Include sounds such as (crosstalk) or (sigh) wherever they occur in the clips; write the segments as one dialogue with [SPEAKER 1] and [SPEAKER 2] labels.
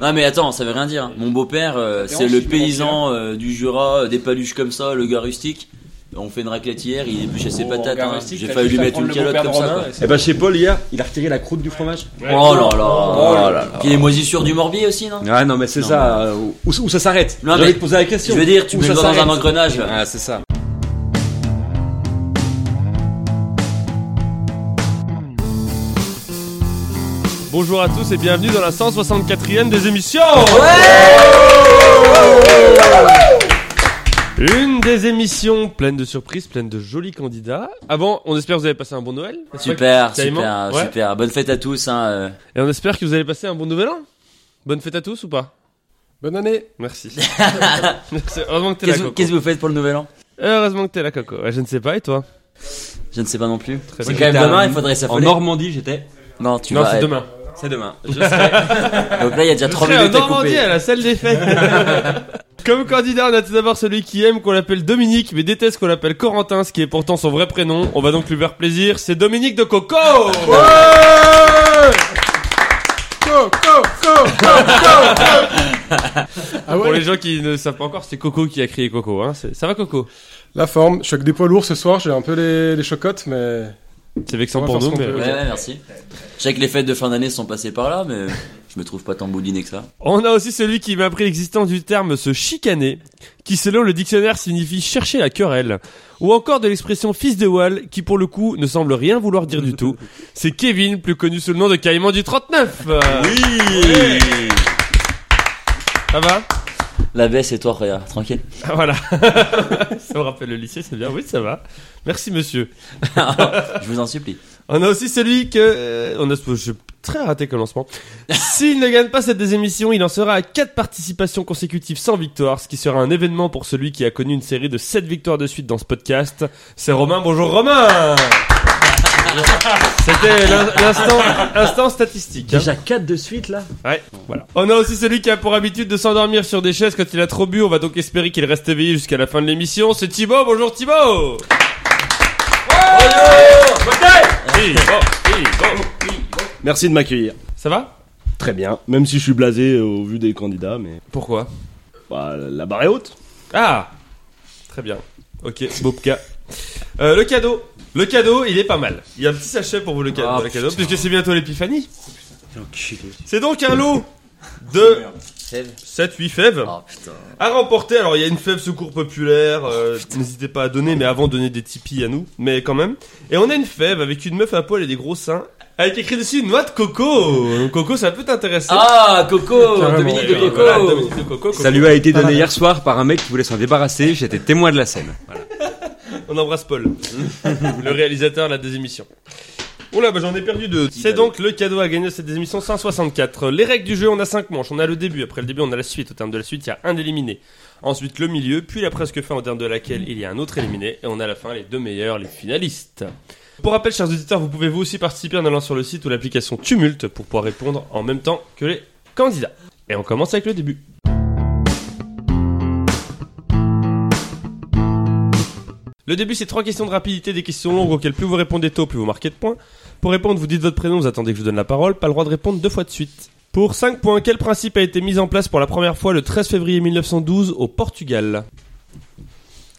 [SPEAKER 1] Non mais attends, ça veut rien dire. Mon beau-père, euh,
[SPEAKER 2] Ça
[SPEAKER 1] c'est
[SPEAKER 2] dérange
[SPEAKER 1] le
[SPEAKER 2] si je me
[SPEAKER 1] paysan euh, du Jura, euh, des paluches comme ça, le gars rustique. On fait une raclette hier, il épluchait ses
[SPEAKER 3] Oh,
[SPEAKER 2] Bon,
[SPEAKER 1] patates.
[SPEAKER 2] regarde,
[SPEAKER 1] hein.
[SPEAKER 2] Rustique,
[SPEAKER 1] J'ai
[SPEAKER 2] t'as
[SPEAKER 1] failli lui
[SPEAKER 2] juste à
[SPEAKER 1] mettre
[SPEAKER 2] prendre
[SPEAKER 1] une calotte
[SPEAKER 2] le beau-père
[SPEAKER 1] comme
[SPEAKER 2] de
[SPEAKER 1] ça.
[SPEAKER 2] Romain
[SPEAKER 1] quoi.
[SPEAKER 2] et c'est-
[SPEAKER 3] Eh ben chez Paul hier, il a retiré la croûte du fromage.
[SPEAKER 1] Oh là là,
[SPEAKER 2] Oh
[SPEAKER 1] oh là là. Puis les moisissures du Morbier aussi, non
[SPEAKER 3] Ah non mais c'est
[SPEAKER 1] Non,
[SPEAKER 3] ça, euh, où, où ça s'arrête J'ai
[SPEAKER 1] Non, mais-
[SPEAKER 3] envie de poser la
[SPEAKER 1] Je
[SPEAKER 3] question.
[SPEAKER 1] veux dire, tu
[SPEAKER 3] Où
[SPEAKER 1] mets le
[SPEAKER 3] ça
[SPEAKER 1] doigt dans un
[SPEAKER 3] s'arrête
[SPEAKER 1] engrenage. là.
[SPEAKER 3] Ah c'est ça.
[SPEAKER 4] Bonjour à tous et bienvenue dans la 164e des émissions Une des émissions pleine de surprises, pleine de jolis candidats. Avant, on espère que vous avez passé un bon Noël. n'est-ce pas
[SPEAKER 1] Super,
[SPEAKER 4] Carrément
[SPEAKER 1] super,
[SPEAKER 4] Ouais.
[SPEAKER 1] super. Bonne fête à tous. Hein. euh.
[SPEAKER 4] Et on espère que vous allez passer un bon nouvel an. Bonne fête à tous ou pas
[SPEAKER 2] Bonne année.
[SPEAKER 1] (laughs)
[SPEAKER 4] Merci. Merci. Heureusement que t'es là,
[SPEAKER 1] Qu'est-ce que-
[SPEAKER 4] Coco.
[SPEAKER 1] qu'est-ce que vous faites pour le nouvel an
[SPEAKER 4] Heureusement que t'es là, Coco. Ouais, Je ne sais pas, et toi
[SPEAKER 1] Je ne sais pas non plus.
[SPEAKER 4] Très
[SPEAKER 1] C'est
[SPEAKER 4] bien.
[SPEAKER 1] quand même
[SPEAKER 3] J'étais
[SPEAKER 1] demain,
[SPEAKER 3] à-
[SPEAKER 1] il faudrait
[SPEAKER 3] En
[SPEAKER 1] s'affoler.
[SPEAKER 3] Normandie j'étais.
[SPEAKER 1] Non, tu
[SPEAKER 4] Non,
[SPEAKER 1] vas.
[SPEAKER 4] c'est demain.
[SPEAKER 3] C'est demain.
[SPEAKER 1] Donc là, il y a déjà
[SPEAKER 4] Je
[SPEAKER 1] 3
[SPEAKER 4] serai en
[SPEAKER 1] minutes à
[SPEAKER 4] Normandie
[SPEAKER 1] couper.
[SPEAKER 4] à la salle des fêtes. Comme candidat, on a tout d'abord celui qui aime qu'on l'appelle Dominique, mais déteste qu'on l'appelle Corentin, ce qui est pourtant son vrai prénom. On va donc lui faire plaisir. C'est Dominique de Coco.
[SPEAKER 2] Go, go, go, go, go, go. Ah
[SPEAKER 4] Pour
[SPEAKER 2] ouais.
[SPEAKER 4] les gens qui ne savent pas encore, c'est Coco qui a crié Coco. Hein. C'est- Ça va Coco
[SPEAKER 2] La forme. Je suis avec des poids lourds ce soir. J'ai un peu les, les chocottes, mais
[SPEAKER 4] C'est vexant
[SPEAKER 2] On va
[SPEAKER 4] pour
[SPEAKER 2] faire
[SPEAKER 4] nous.
[SPEAKER 2] ce qu'on
[SPEAKER 4] Mais...
[SPEAKER 2] peut.
[SPEAKER 1] Ouais, ouais, merci. Je sais que les fêtes de fin d'année sont passées par là, mais je me trouve pas tant boudiné que ça.
[SPEAKER 4] On a aussi celui qui m'a appris l'existence du terme se chicaner, qui selon le dictionnaire signifie chercher la querelle, ou encore de l'expression fils de Wall, qui pour le coup ne semble rien vouloir dire du tout. C'est Kevin, plus connu sous le nom de Caïman du 39. Euh, Ça va
[SPEAKER 1] La baisse et toi, regarde, tranquille.
[SPEAKER 4] Ah, Voilà. ça me rappelle le lycée, c'est bien. Oui, ça va. Merci, monsieur.
[SPEAKER 1] (laughs) Je vous en supplie.
[SPEAKER 4] On a aussi celui que... euh, on a... Je très raté
[SPEAKER 3] (laughs)
[SPEAKER 4] comme lancement. S'il ne gagne pas cette des émissions, il en sera à 4 participations consécutives sans victoire, ce qui sera un événement pour celui qui a connu une série de 7 victoires de suite dans ce podcast. C'est Romain. Bonjour
[SPEAKER 3] (laughs)
[SPEAKER 4] Romain C'était l'in- l'instant instant statistique. hein.
[SPEAKER 3] Déjà 4 de suite là.
[SPEAKER 4] Ouais, voilà. On a aussi celui qui a pour habitude de s'endormir sur des chaises quand il a trop bu. On va donc espérer qu'il reste éveillé jusqu'à la fin de l'émission. C'est Thibaut. Bonjour Thibaut.
[SPEAKER 3] Merci de m'accueillir.
[SPEAKER 4] Oh, Ça va
[SPEAKER 3] Très bien, même si je suis blasé euh, au vu des candidats mais
[SPEAKER 4] Pourquoi
[SPEAKER 3] bah, la barre est haute.
[SPEAKER 4] Ah Très bien. Ok, Bobka. Euh, le cadeau. Le cadeau, il est pas mal. Il y a un petit sachet pour vous, le, ca-
[SPEAKER 1] Ah,
[SPEAKER 4] dans le cadeau, puisque c'est bientôt l'épiphanie. C'est donc un lot de 7-8 fèves
[SPEAKER 1] Oh putain.
[SPEAKER 4] à remporter. Alors, il y a une fève secours populaire.
[SPEAKER 1] Oh,
[SPEAKER 4] euh, N'hésitez pas à donner, mais avant, donnez des tipis à nous. Mais quand même. Et on a une fève avec une meuf à poil et des gros seins. Avec écrit dessus une noix de coco. Donc, Coco, ça peut t'intéresser.
[SPEAKER 1] Ah, Coco
[SPEAKER 2] Carrément.
[SPEAKER 1] Dominique de
[SPEAKER 4] Et
[SPEAKER 1] Coco
[SPEAKER 4] voilà, Dominique de Coco, Coco.
[SPEAKER 3] Ça lui a été donné hier soir par un mec qui voulait s'en débarrasser, j'étais témoin de la scène.
[SPEAKER 4] On embrasse Paul, le réalisateur de la désémission. Oh là, bah j'en ai perdu deux. C'est donc le cadeau à gagner de cette désémission 164. Les règles du jeu, on a 5 manches. On a le début, après le début, on a la suite. Au terme de la suite, il y a un éliminé. Ensuite, le milieu, puis la presque fin, au terme de laquelle il y a un autre éliminé. Et on a à la fin, les deux meilleurs, les finalistes. Pour rappel, chers auditeurs, vous pouvez vous aussi participer en allant sur le site ou l'application Tumulte pour pouvoir répondre en même temps que les candidats. Et on commence avec le début. Le début, c'est trois questions de rapidité, des questions longues auxquelles plus vous répondez tôt, plus vous marquez de points. Pour répondre, vous dites votre prénom, vous attendez que je vous donne la parole, pas le droit de répondre deux fois de suite. Pour 5 points, quel principe a été mis en place pour la première fois le 13 février 1912 au Portugal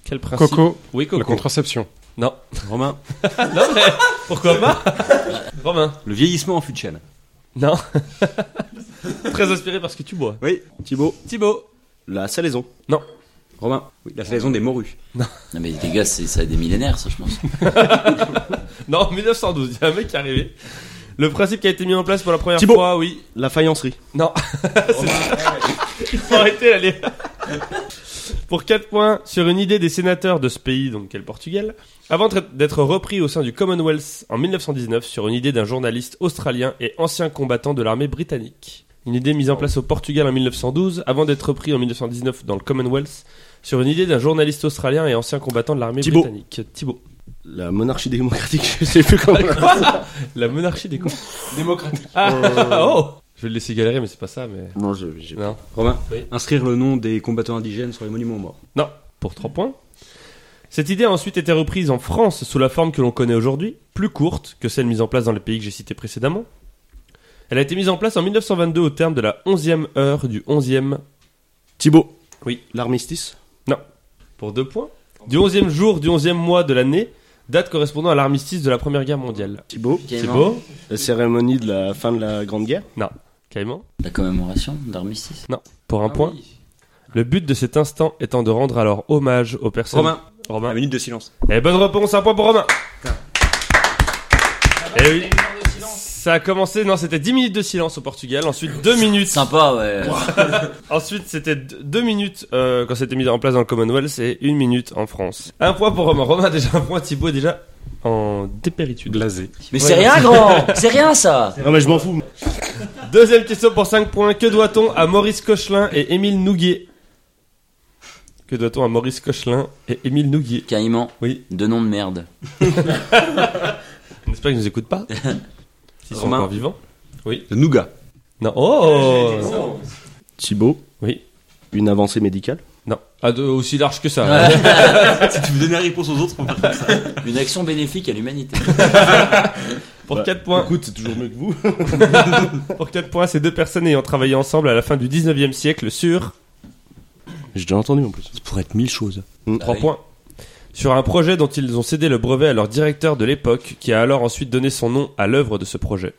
[SPEAKER 4] Quel principe
[SPEAKER 2] Coco,
[SPEAKER 4] Oui,
[SPEAKER 2] la
[SPEAKER 4] Coco.
[SPEAKER 2] contraception.
[SPEAKER 4] Non.
[SPEAKER 3] Romain,
[SPEAKER 4] Non, mais (laughs) pourquoi pas (laughs) Romain.
[SPEAKER 3] le vieillissement en fut de chaîne.
[SPEAKER 4] Non. (laughs) Très inspiré parce que tu bois.
[SPEAKER 3] Oui, Thibaut,
[SPEAKER 4] Thibaut.
[SPEAKER 3] la salaison.
[SPEAKER 4] Non.
[SPEAKER 3] Romain, oui, la salaison des morues.
[SPEAKER 1] Non mais les gars, c'est ça a des millénaires, ça, je pense.
[SPEAKER 4] Non, 1912, il y a un mec qui est arrivé. Le principe qui a été mis en place pour la première
[SPEAKER 3] Thibaut.
[SPEAKER 4] fois, oui.
[SPEAKER 3] La faïencerie.
[SPEAKER 4] Non. Il faut arrêter allez. Pour 4 points, sur une idée des sénateurs de ce pays, donc qu'est le Portugal, avant tra- d'être repris au sein du Commonwealth en 1919 sur une idée d'un journaliste australien et ancien combattant de l'armée britannique. Une idée mise en place au Portugal en 1912 avant d'être repris en 1919 dans le Commonwealth sur une idée d'un journaliste australien et ancien combattant de l'armée
[SPEAKER 3] Thibaut.
[SPEAKER 4] britannique. Thibaut.
[SPEAKER 3] La monarchie démocratique, (laughs) je sais plus comment.
[SPEAKER 4] La monarchie des cons. Démocratique. oh Je vais le laisser galérer, mais c'est pas ça, mais...
[SPEAKER 3] non, je, j'ai-
[SPEAKER 4] Non.
[SPEAKER 3] Romain,
[SPEAKER 4] Oui.
[SPEAKER 3] inscrire le nom des combattants indigènes sur les monuments morts.
[SPEAKER 4] Non, pour 3 points. Cette idée a ensuite été reprise en France sous la forme que l'on connaît aujourd'hui, plus courte que celle mise en place dans les pays que j'ai cités précédemment. Elle a été mise en place en 1922 au terme de la 11e heure du 11e
[SPEAKER 5] Thibaut.
[SPEAKER 4] Oui.
[SPEAKER 5] L'armistice.
[SPEAKER 4] pour deux points du 11e jour du 11e mois de l'année, date correspondant à l'armistice de la Première Guerre mondiale.
[SPEAKER 5] Thibaut.
[SPEAKER 4] C'est beau
[SPEAKER 5] La cérémonie de la fin de la Grande Guerre.
[SPEAKER 4] Caïman
[SPEAKER 1] La commémoration d'armistice.
[SPEAKER 4] Pour un point. Le but de cet instant étant de rendre alors hommage aux personnes.
[SPEAKER 3] Romain, la
[SPEAKER 4] Romain.
[SPEAKER 3] minute de silence.
[SPEAKER 4] Et bonne réponse, un point pour Romain. Eh oui. Ça a commencé, non, c'était 10 minutes de silence au Portugal, ensuite 2 minutes.
[SPEAKER 1] Sympa, ouais.
[SPEAKER 4] Ensuite, c'était 2 minutes euh, quand c'était mis en place dans le Commonwealth et 1 minute en France. Un point pour Romain. Romain, déjà un point, Thibaut, déjà en dépéritude.
[SPEAKER 2] Blasé.
[SPEAKER 1] Mais c'est rien, grand C'est rien, ça
[SPEAKER 5] Non, mais je m'en fous.
[SPEAKER 4] Deuxième question pour 5 points. Que doit-on à Maurice Cochelin et Émile Nouguier Que doit-on à Maurice Cochelin et Émile Nouguier
[SPEAKER 1] Caïman.
[SPEAKER 4] Oui.
[SPEAKER 1] Deux noms de merde.
[SPEAKER 4] J'espère qu'ils nous écoutent pas. S'ils sont
[SPEAKER 3] Romain.
[SPEAKER 4] encore vivants.
[SPEAKER 3] Le nougat.
[SPEAKER 4] Non. Oh
[SPEAKER 5] Thibaut.
[SPEAKER 4] Oui.
[SPEAKER 5] Une avancée médicale.
[SPEAKER 4] Non. Ah, de- aussi large que ça.
[SPEAKER 3] si tu veux donner la réponse aux autres, on peut faire ça.
[SPEAKER 1] Une action bénéfique à l'humanité.
[SPEAKER 4] (laughs) Pour
[SPEAKER 5] Bah,
[SPEAKER 4] 4 points.
[SPEAKER 5] Écoute, c'est toujours mieux que vous.
[SPEAKER 4] Pour 4 points, ces deux personnes ayant travaillé ensemble à la fin du 19e siècle sur
[SPEAKER 5] J'ai déjà entendu en plus.
[SPEAKER 3] Ça pourrait être mille choses.
[SPEAKER 4] 3
[SPEAKER 1] oui.
[SPEAKER 4] points. Sur un projet dont ils ont cédé le brevet à leur directeur de l'époque, qui a alors ensuite donné son nom à l'œuvre de ce projet.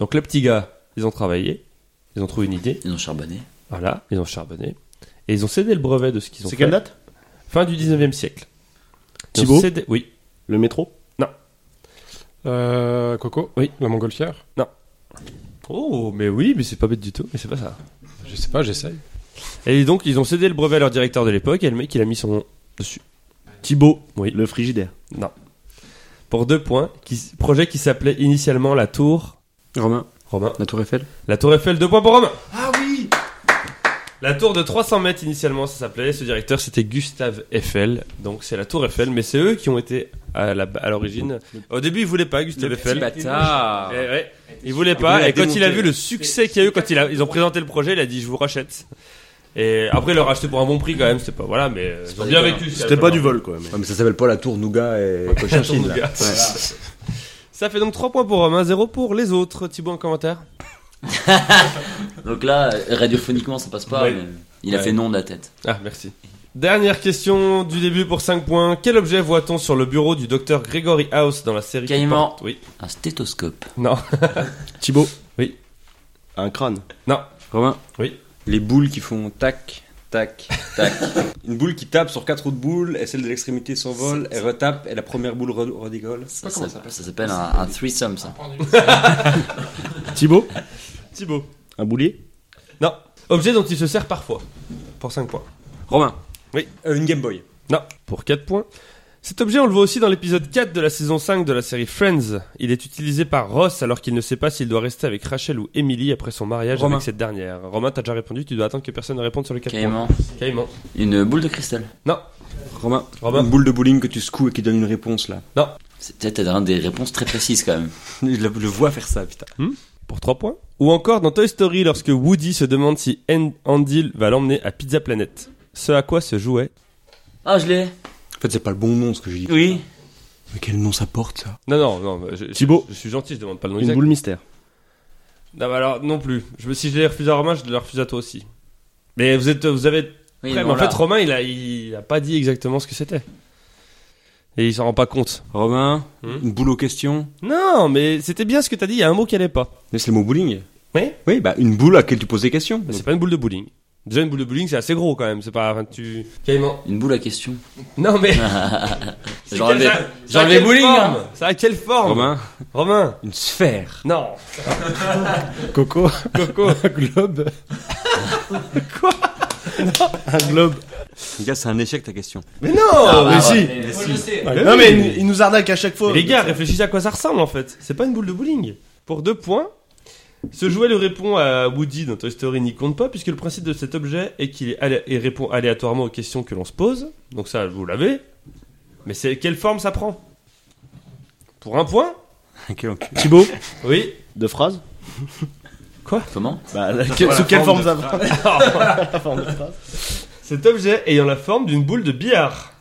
[SPEAKER 4] Donc les petits gars, ils ont travaillé, ils ont trouvé une idée,
[SPEAKER 1] Ils ont charbonné.
[SPEAKER 4] voilà, ils ont charbonné, et ils ont cédé le brevet de ce qu'ils ont
[SPEAKER 5] C'est
[SPEAKER 4] fait.
[SPEAKER 5] quelle date
[SPEAKER 4] Fin du 19e siècle. Ils ont
[SPEAKER 5] Thibaut
[SPEAKER 4] cédé- Oui,
[SPEAKER 5] Le métro.
[SPEAKER 2] Euh, Coco
[SPEAKER 4] Oui.
[SPEAKER 2] La montgolfière
[SPEAKER 4] Oh, mais oui, mais c'est pas bête du tout, mais c'est pas ça.
[SPEAKER 2] Je sais pas, j'essaye.
[SPEAKER 4] Et donc, ils ont cédé le brevet à leur directeur de l'époque et le mec, il a mis son nom dessus.
[SPEAKER 5] Thibaut.
[SPEAKER 4] Oui.
[SPEAKER 5] Le frigidaire.
[SPEAKER 4] Pour deux points, qui- projet qui s'appelait initialement la Tour.
[SPEAKER 3] Romain,
[SPEAKER 4] Romain.
[SPEAKER 3] la Tour Eiffel.
[SPEAKER 4] La Tour Eiffel, deux points pour Romain. Ah oui La tour de 300 mètres initialement, ça s'appelait. Ce directeur, c'était Gustave Eiffel. Donc, c'est la Tour Eiffel, mais c'est eux qui ont été à la- à l'origine. Au début, ils voulaient pas Gustave Eiffel.
[SPEAKER 1] bâtard
[SPEAKER 4] Eh ouais, il voulait pas.
[SPEAKER 3] la
[SPEAKER 4] Et quand il a
[SPEAKER 3] démonter.
[SPEAKER 4] vu le succès qu'il y a eu, quand il a- ils ont présenté le projet, il a dit je vous rachète. Et après, il leur a acheté pour un bon prix quand même. C'était pas voilà, mais euh, ils ont
[SPEAKER 1] pas
[SPEAKER 4] bien
[SPEAKER 1] des
[SPEAKER 4] vécu.
[SPEAKER 5] C'était pas du vol quoi. mais-
[SPEAKER 3] mais ça s'appelle pas la Tour Nougat et Cochin
[SPEAKER 4] Tour Nougat. Ça fait donc 3 points pour Romain, 0 pour les autres. Thibaut, en commentaire
[SPEAKER 1] Donc là, euh, radiophoniquement, ça passe pas.
[SPEAKER 4] Ouais.
[SPEAKER 1] mais il a
[SPEAKER 4] Ouais.
[SPEAKER 1] fait non de la tête.
[SPEAKER 4] Ah, merci. Dernière question du début pour 5 points. Quel objet voit-on sur le bureau du docteur Gregory House dans la série qui
[SPEAKER 1] Caïman.
[SPEAKER 4] porte- Oui.
[SPEAKER 1] Un stéthoscope.
[SPEAKER 4] Non. (laughs)
[SPEAKER 5] Thibaut.
[SPEAKER 4] Oui.
[SPEAKER 5] Un crâne.
[SPEAKER 3] Romain
[SPEAKER 4] Oui.
[SPEAKER 3] Les boules qui font tac, tac,
[SPEAKER 2] (laughs)
[SPEAKER 3] tac. Une boule qui tape sur quatre autres boules, et celle de l'extrémité s'envole, elle retape, et la première boule re- redécolle.
[SPEAKER 1] Ça, ça- ça s'appelle un, un threesome, ça.
[SPEAKER 5] Thibaut.
[SPEAKER 4] Thibaut.
[SPEAKER 5] Un boulier.
[SPEAKER 4] Non. Objet dont il se sert parfois. Pour 5 points.
[SPEAKER 3] Romain
[SPEAKER 4] Oui.
[SPEAKER 3] Euh, une Game Boy.
[SPEAKER 4] Non, pour 4 points. Cet objet, on le voit aussi dans l'épisode 4 de la saison 5 de la série Friends. Il est utilisé par Ross alors qu'il ne sait pas s'il doit rester avec Rachel ou Emily après son mariage
[SPEAKER 3] Romain.
[SPEAKER 4] avec cette dernière. Romain, t'as déjà répondu, tu dois attendre que personne ne réponde sur le 4 points.
[SPEAKER 1] Caïman.
[SPEAKER 4] Caïman.
[SPEAKER 1] Une boule de cristal.
[SPEAKER 4] Non,
[SPEAKER 3] Romain
[SPEAKER 4] Romain.
[SPEAKER 3] Une boule de bowling que tu secoues et qui donne une réponse là. (laughs)
[SPEAKER 1] C'est peut-être un des réponses très précises, quand même.
[SPEAKER 3] Je le, je le vois faire ça, putain.
[SPEAKER 4] pour 3 points. Ou encore dans Toy Story lorsque Woody se demande si An- Andy va l'emmener à Pizza Planet. Ce à quoi se jouait
[SPEAKER 1] Ah, je l'ai.
[SPEAKER 3] En fait, c'est pas le bon nom ce que j'ai dit.
[SPEAKER 1] Oui.
[SPEAKER 3] Mais quel nom ça porte ça
[SPEAKER 4] Non, non, non. Je, je-
[SPEAKER 5] Thibaut.
[SPEAKER 4] Je, suis gentil, je demande pas le nom
[SPEAKER 5] Une
[SPEAKER 4] exact.
[SPEAKER 5] boule mystère.
[SPEAKER 4] Non, mais alors, non plus. Je, me- si je l'ai refusé à Romain, je le refuse à toi aussi. Mais vous, êtes, vous avez
[SPEAKER 1] Oui,
[SPEAKER 4] Après,
[SPEAKER 1] non,
[SPEAKER 4] mais en
[SPEAKER 1] là.
[SPEAKER 4] fait, Romain, il a, il a pas dit exactement ce que c'était. Et il s'en rend pas compte.
[SPEAKER 3] Romain
[SPEAKER 4] Hmm
[SPEAKER 3] Une boule aux questions
[SPEAKER 4] Non, mais c'était bien ce que t'as dit, il y a un mot qui allait pas.
[SPEAKER 3] Mais c'est le mot bowling
[SPEAKER 4] Oui.
[SPEAKER 3] Oui, bah une boule à laquelle tu poses des questions.
[SPEAKER 4] Mais c'est pas une boule de bowling. Déjà, une boule de bowling, c'est assez gros quand même, c'est pas. Enfin, tu. Caïman.
[SPEAKER 1] Une boule à question.
[SPEAKER 4] Non, mais. C'est
[SPEAKER 1] J'en
[SPEAKER 4] quel-
[SPEAKER 1] vais-
[SPEAKER 4] ça-
[SPEAKER 1] j'en
[SPEAKER 4] ça a
[SPEAKER 1] vais
[SPEAKER 4] quelle
[SPEAKER 1] bowling,
[SPEAKER 4] forme
[SPEAKER 1] hein.
[SPEAKER 4] Ça a quelle forme
[SPEAKER 3] Romain
[SPEAKER 4] Romain
[SPEAKER 3] Une sphère.
[SPEAKER 4] Non
[SPEAKER 2] Coco
[SPEAKER 4] Coco
[SPEAKER 2] Un globe
[SPEAKER 5] Un globe.
[SPEAKER 3] Les gars, c'est un échec ta question.
[SPEAKER 4] Mais non
[SPEAKER 1] Ah, Bah,
[SPEAKER 5] mais si.
[SPEAKER 4] Eh,
[SPEAKER 5] non mais il, il nous arnaque à chaque fois.
[SPEAKER 4] Mais Les gars, réfléchissez à quoi ça ressemble en fait. C'est pas une boule de bowling. Pour deux points, ce jouet le répond à Woody dans Toy Story n'y compte pas, puisque le principe de cet objet est qu'il est alé- et répond aléatoirement aux questions que l'on se pose. Donc ça, vous l'avez. Mais c'est quelle forme ça prend Pour un point
[SPEAKER 3] Quel enculé.
[SPEAKER 5] Thibaut.
[SPEAKER 4] Oui.
[SPEAKER 5] Deux phrases.
[SPEAKER 1] Comment
[SPEAKER 5] Bah, la- que- sous quelle forme ça prend (laughs) La forme de phrase.
[SPEAKER 4] Cet objet ayant la forme d'une boule de billard.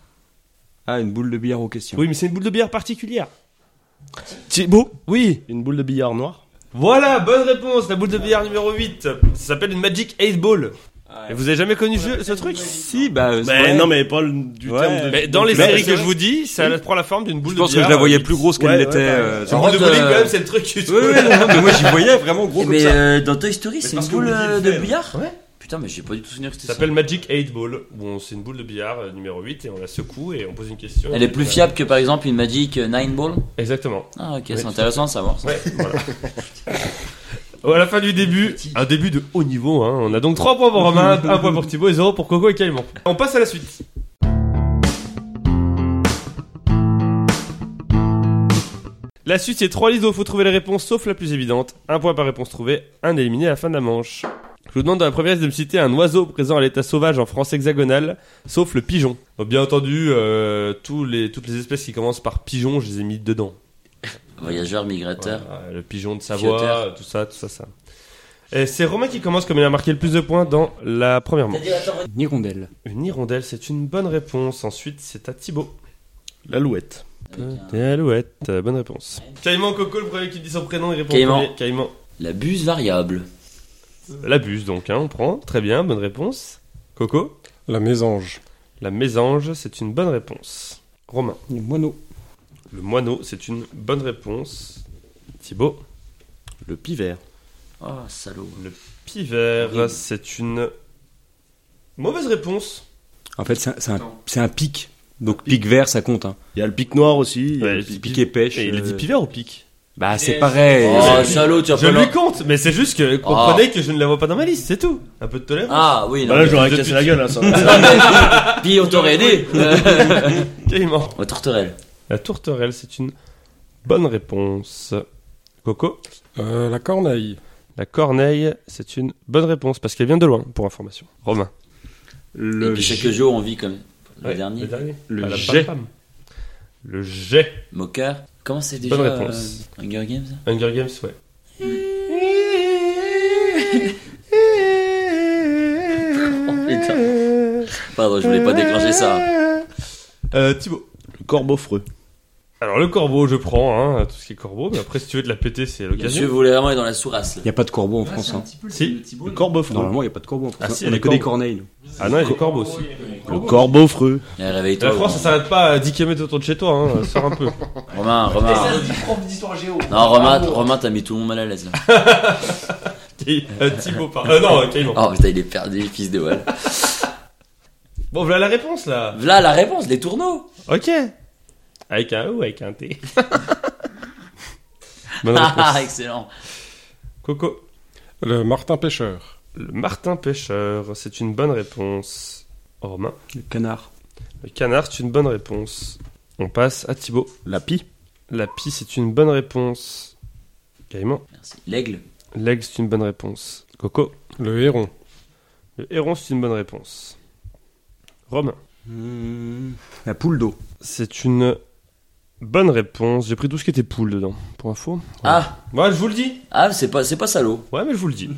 [SPEAKER 3] Ah, une boule de billard aux questions.
[SPEAKER 4] Oui, mais c'est une boule de billard particulière.
[SPEAKER 5] Thibaut.
[SPEAKER 4] Oui.
[SPEAKER 5] Une boule de billard noire.
[SPEAKER 4] Voilà, bonne réponse, la boule de billard numéro 8. Ça s'appelle une Magic 8 Ball. Et vous avez jamais connu ce, ce truc
[SPEAKER 3] Si, bah. euh,
[SPEAKER 5] Mais
[SPEAKER 3] ouais.
[SPEAKER 5] Ben non, mais pas le- du
[SPEAKER 3] Ouais.
[SPEAKER 5] terme de.
[SPEAKER 4] Mais dans les
[SPEAKER 3] Mais
[SPEAKER 4] séries
[SPEAKER 3] c'est
[SPEAKER 4] que je
[SPEAKER 3] vrai.
[SPEAKER 4] vous dis, ça prend la forme d'une boule
[SPEAKER 3] Je
[SPEAKER 4] de
[SPEAKER 3] pense que
[SPEAKER 4] billard.
[SPEAKER 3] je la voyais plus grosse qu'elle
[SPEAKER 5] Ouais,
[SPEAKER 3] l'était.
[SPEAKER 5] ouais,
[SPEAKER 3] euh,
[SPEAKER 1] ouais.
[SPEAKER 4] La boule de bowling, quand même, c'est le truc que tu
[SPEAKER 3] Ouais, ouais, non, mais moi j'y voyais vraiment gros comme
[SPEAKER 1] Mais
[SPEAKER 3] ça.
[SPEAKER 1] euh, dans Toy Story, c'est une
[SPEAKER 5] parce que
[SPEAKER 1] boule
[SPEAKER 5] vous vouliez le
[SPEAKER 1] euh, de
[SPEAKER 5] faire.
[SPEAKER 1] billard Putain, mais j'ai pas du tout souvenir que
[SPEAKER 4] Ça
[SPEAKER 1] c'était ça.
[SPEAKER 4] s'appelle Magic 8 Ball. Bon, c'est une boule de billard euh, numéro 8 et on la secoue et on pose une question. Euh,
[SPEAKER 1] Elle est plus fiable que par exemple une Magic 9 Ball
[SPEAKER 4] Exactement.
[SPEAKER 1] Ah, ok, c'est intéressant de savoir ça.
[SPEAKER 4] Ouais, voilà. Oh, À la fin du début, un début de haut niveau. Hein. On a donc 3 points pour Romain, 1 point pour Thibaut et 0 pour Coco et Caïman. On passe à la suite. La suite, c'est 3 listes où il faut trouver les réponses sauf la plus évidente. Un point par réponse trouvée, un éliminé à la fin de la manche. Je vous demande dans la première liste de me citer un oiseau présent à l'état sauvage en France hexagonale, sauf le pigeon. Donc, bien entendu, euh, tous les, toutes les espèces qui commencent par pigeon, je les ai mis dedans.
[SPEAKER 1] Voyageur, migrateur.
[SPEAKER 4] Voilà, le pigeon de Savoie,
[SPEAKER 1] Fioteur.
[SPEAKER 4] tout ça, tout ça, ça. Et c'est Romain qui commence comme il a marqué le plus de points dans la première manche.
[SPEAKER 3] euh,
[SPEAKER 6] Une hirondelle.
[SPEAKER 4] Une hirondelle, c'est une bonne réponse. Ensuite, c'est à Thibaut.
[SPEAKER 5] L'alouette.
[SPEAKER 4] Des alouettes, euh, bonne réponse. Caïman Coco, le premier qui dit son prénom, il répond
[SPEAKER 1] Caïman.
[SPEAKER 4] premier. Caïman.
[SPEAKER 1] La buse variable.
[SPEAKER 4] La buse, donc, hein, on prend. Très bien, bonne réponse. Coco,
[SPEAKER 2] La mésange.
[SPEAKER 4] la mésange, c'est une bonne réponse. Romain,
[SPEAKER 6] Le moineau.
[SPEAKER 4] le moineau, c'est une bonne réponse. Thibaut,
[SPEAKER 5] Le pivert.
[SPEAKER 1] Oh, salaud.
[SPEAKER 4] pivert, c'est une mauvaise réponse.
[SPEAKER 3] En fait, c'est un- c'est un, c'est un pic. Donc pic vert, ça compte. Hein.
[SPEAKER 5] Il y a le pic noir aussi.
[SPEAKER 4] Ouais,
[SPEAKER 3] Pic pic et pêche.
[SPEAKER 4] Et il a dit
[SPEAKER 3] euh,
[SPEAKER 4] pivert ou pique
[SPEAKER 3] Bah, c'est pareil.
[SPEAKER 4] euh,
[SPEAKER 1] Oh, salaud, tu as
[SPEAKER 4] Eh, Je
[SPEAKER 1] pas
[SPEAKER 4] lui
[SPEAKER 1] le-
[SPEAKER 4] compte, mais c'est juste que comprenez que je ne la vois pas dans ma liste, c'est tout. Un peu de tolérance.
[SPEAKER 1] Ah, oui, non.
[SPEAKER 5] Bah là,
[SPEAKER 1] mais-
[SPEAKER 5] j'aurais
[SPEAKER 4] depuis-
[SPEAKER 5] cassé la gueule, hein, ça. (laughs)
[SPEAKER 1] Puis on t'aurait aidé. Euh,
[SPEAKER 4] Caïman.
[SPEAKER 1] oh, Tourterelle.
[SPEAKER 4] La tourterelle, c'est une bonne réponse. Coco,
[SPEAKER 2] Euh, la corneille.
[SPEAKER 4] la corneille, c'est une bonne réponse parce qu'elle vient de loin, pour information. Romain.
[SPEAKER 1] Et
[SPEAKER 3] Le
[SPEAKER 1] puis chaque jour, on vit comme le
[SPEAKER 4] Ouais,
[SPEAKER 1] dernier.
[SPEAKER 3] Le
[SPEAKER 4] Ah, la
[SPEAKER 3] jet.
[SPEAKER 4] pam-pam. Le jet.
[SPEAKER 1] Moqueur. Comment c'est déjà
[SPEAKER 4] Bonne réponse.
[SPEAKER 1] euh, Hunger Games
[SPEAKER 4] Hunger Games, ouais.
[SPEAKER 1] Oh, putain. Pardon, je voulais pas déclencher ça.
[SPEAKER 4] Euh, Thibaut.
[SPEAKER 5] Le corbeau freux.
[SPEAKER 4] Alors, le corbeau, je prends, hein, tout ce qui est corbeau, mais après, si tu veux de la péter, c'est
[SPEAKER 1] Je
[SPEAKER 4] l'occasion.
[SPEAKER 1] voulais vraiment être dans la sourasse.
[SPEAKER 3] Il n'y a pas de corbeau en France. hein.
[SPEAKER 4] Si.
[SPEAKER 5] Le corbeau freux.
[SPEAKER 3] Normalement, il n'y a pas de corbeau en France. hein.
[SPEAKER 4] Ah, si,
[SPEAKER 3] on
[SPEAKER 4] il
[SPEAKER 3] a
[SPEAKER 4] y a des
[SPEAKER 3] que des corneilles. nous.
[SPEAKER 4] Ah non, il y a le corbeau aussi.
[SPEAKER 5] Le corbeau freux.
[SPEAKER 1] Allez, Eh, Réveille-toi.
[SPEAKER 4] La France, ça s'arrête pas à 10 km autour de chez toi, hein, sors un peu.
[SPEAKER 1] Romain, Romain. Non, Romain, Romain, t'as mis tout le monde mal à l'aise là.
[SPEAKER 4] Euh, Thibaut, pardon. Euh, non, Caïman.
[SPEAKER 1] Oh putain, il est perdu, le fils de Wall.
[SPEAKER 4] Bon, voilà la réponse là.
[SPEAKER 1] Voilà la réponse, les tourneaux.
[SPEAKER 4] Ok. Avec un O, avec un T. (laughs) Bonne réponse.
[SPEAKER 1] Ah, excellent.
[SPEAKER 4] Coco.
[SPEAKER 2] Le martin pêcheur.
[SPEAKER 4] Le Martin pêcheur, c'est une bonne réponse. Romain.
[SPEAKER 3] Le canard.
[SPEAKER 4] Le canard, c'est une bonne réponse. On passe à Thibaut.
[SPEAKER 5] La pie.
[SPEAKER 4] La pie, c'est une bonne réponse. Caïman.
[SPEAKER 1] Merci. L'aigle.
[SPEAKER 4] L'aigle, c'est une bonne réponse. Coco.
[SPEAKER 2] Le héron.
[SPEAKER 4] Le héron, c'est une bonne réponse. Romain.
[SPEAKER 3] La poule d'eau.
[SPEAKER 4] C'est une bonne réponse. J'ai pris tout ce qui était poule dedans. Pour info.
[SPEAKER 1] Ah,
[SPEAKER 4] Moi, je vous le dis.
[SPEAKER 1] ah, c'est pas, c'est pas salaud.
[SPEAKER 4] Ouais, mais je vous le dis.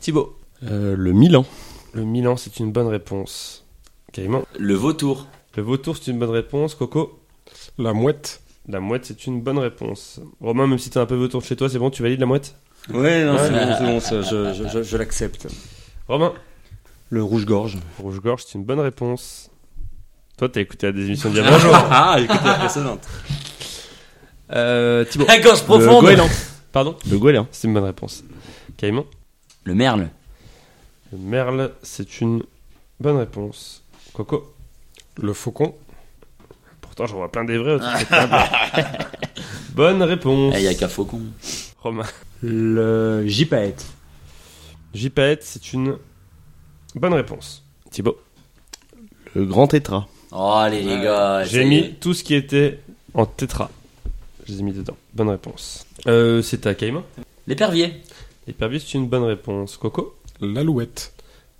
[SPEAKER 4] Thibaut.
[SPEAKER 5] Euh, le Milan.
[SPEAKER 4] Le Milan, c'est une bonne réponse. Caïman.
[SPEAKER 1] Le vautour.
[SPEAKER 4] Le vautour, c'est une bonne réponse. Coco.
[SPEAKER 2] La mouette.
[SPEAKER 4] La mouette, c'est une bonne réponse. Romain, même si t'es un peu vautour de chez toi, c'est bon, tu valides la mouette
[SPEAKER 3] Ouais, non, c'est
[SPEAKER 1] Ouais.
[SPEAKER 3] bon, c'est bon, ça, je, je- je- je l'accepte.
[SPEAKER 4] Romain.
[SPEAKER 3] Le rouge-gorge.
[SPEAKER 4] Rouge-gorge, c'est une bonne réponse. Toi, t'as écouté la démission d'il y a 20 jours.
[SPEAKER 3] (laughs) Ah, écoute la précédente.
[SPEAKER 4] Euh, Thibaut.
[SPEAKER 1] La gorge
[SPEAKER 5] Le
[SPEAKER 1] profonde.
[SPEAKER 5] goéland.
[SPEAKER 4] Pardon
[SPEAKER 5] Le goéland.
[SPEAKER 4] C'est une bonne réponse. Caïman.
[SPEAKER 1] Le merle.
[SPEAKER 4] Le merle, c'est une bonne réponse. Coco.
[SPEAKER 2] Le faucon.
[SPEAKER 4] Pourtant, j'en vois plein des vrais autour de cette table. bonne réponse.
[SPEAKER 1] Eh, y a qu'à faucon.
[SPEAKER 4] Romain.
[SPEAKER 3] Le gypaète.
[SPEAKER 4] Jipette, c'est une bonne réponse. Thibaut.
[SPEAKER 5] Le grand tétra.
[SPEAKER 1] Oh, allez, les gars. ça
[SPEAKER 4] J'ai
[SPEAKER 1] y
[SPEAKER 4] mis
[SPEAKER 1] est.
[SPEAKER 4] tout ce qui était en tétra. Je les ai mis dedans. Bonne réponse. Euh, c'est à Caïman.
[SPEAKER 1] L'épervier.
[SPEAKER 4] L'épervier, c'est une bonne réponse. Coco
[SPEAKER 2] L'alouette.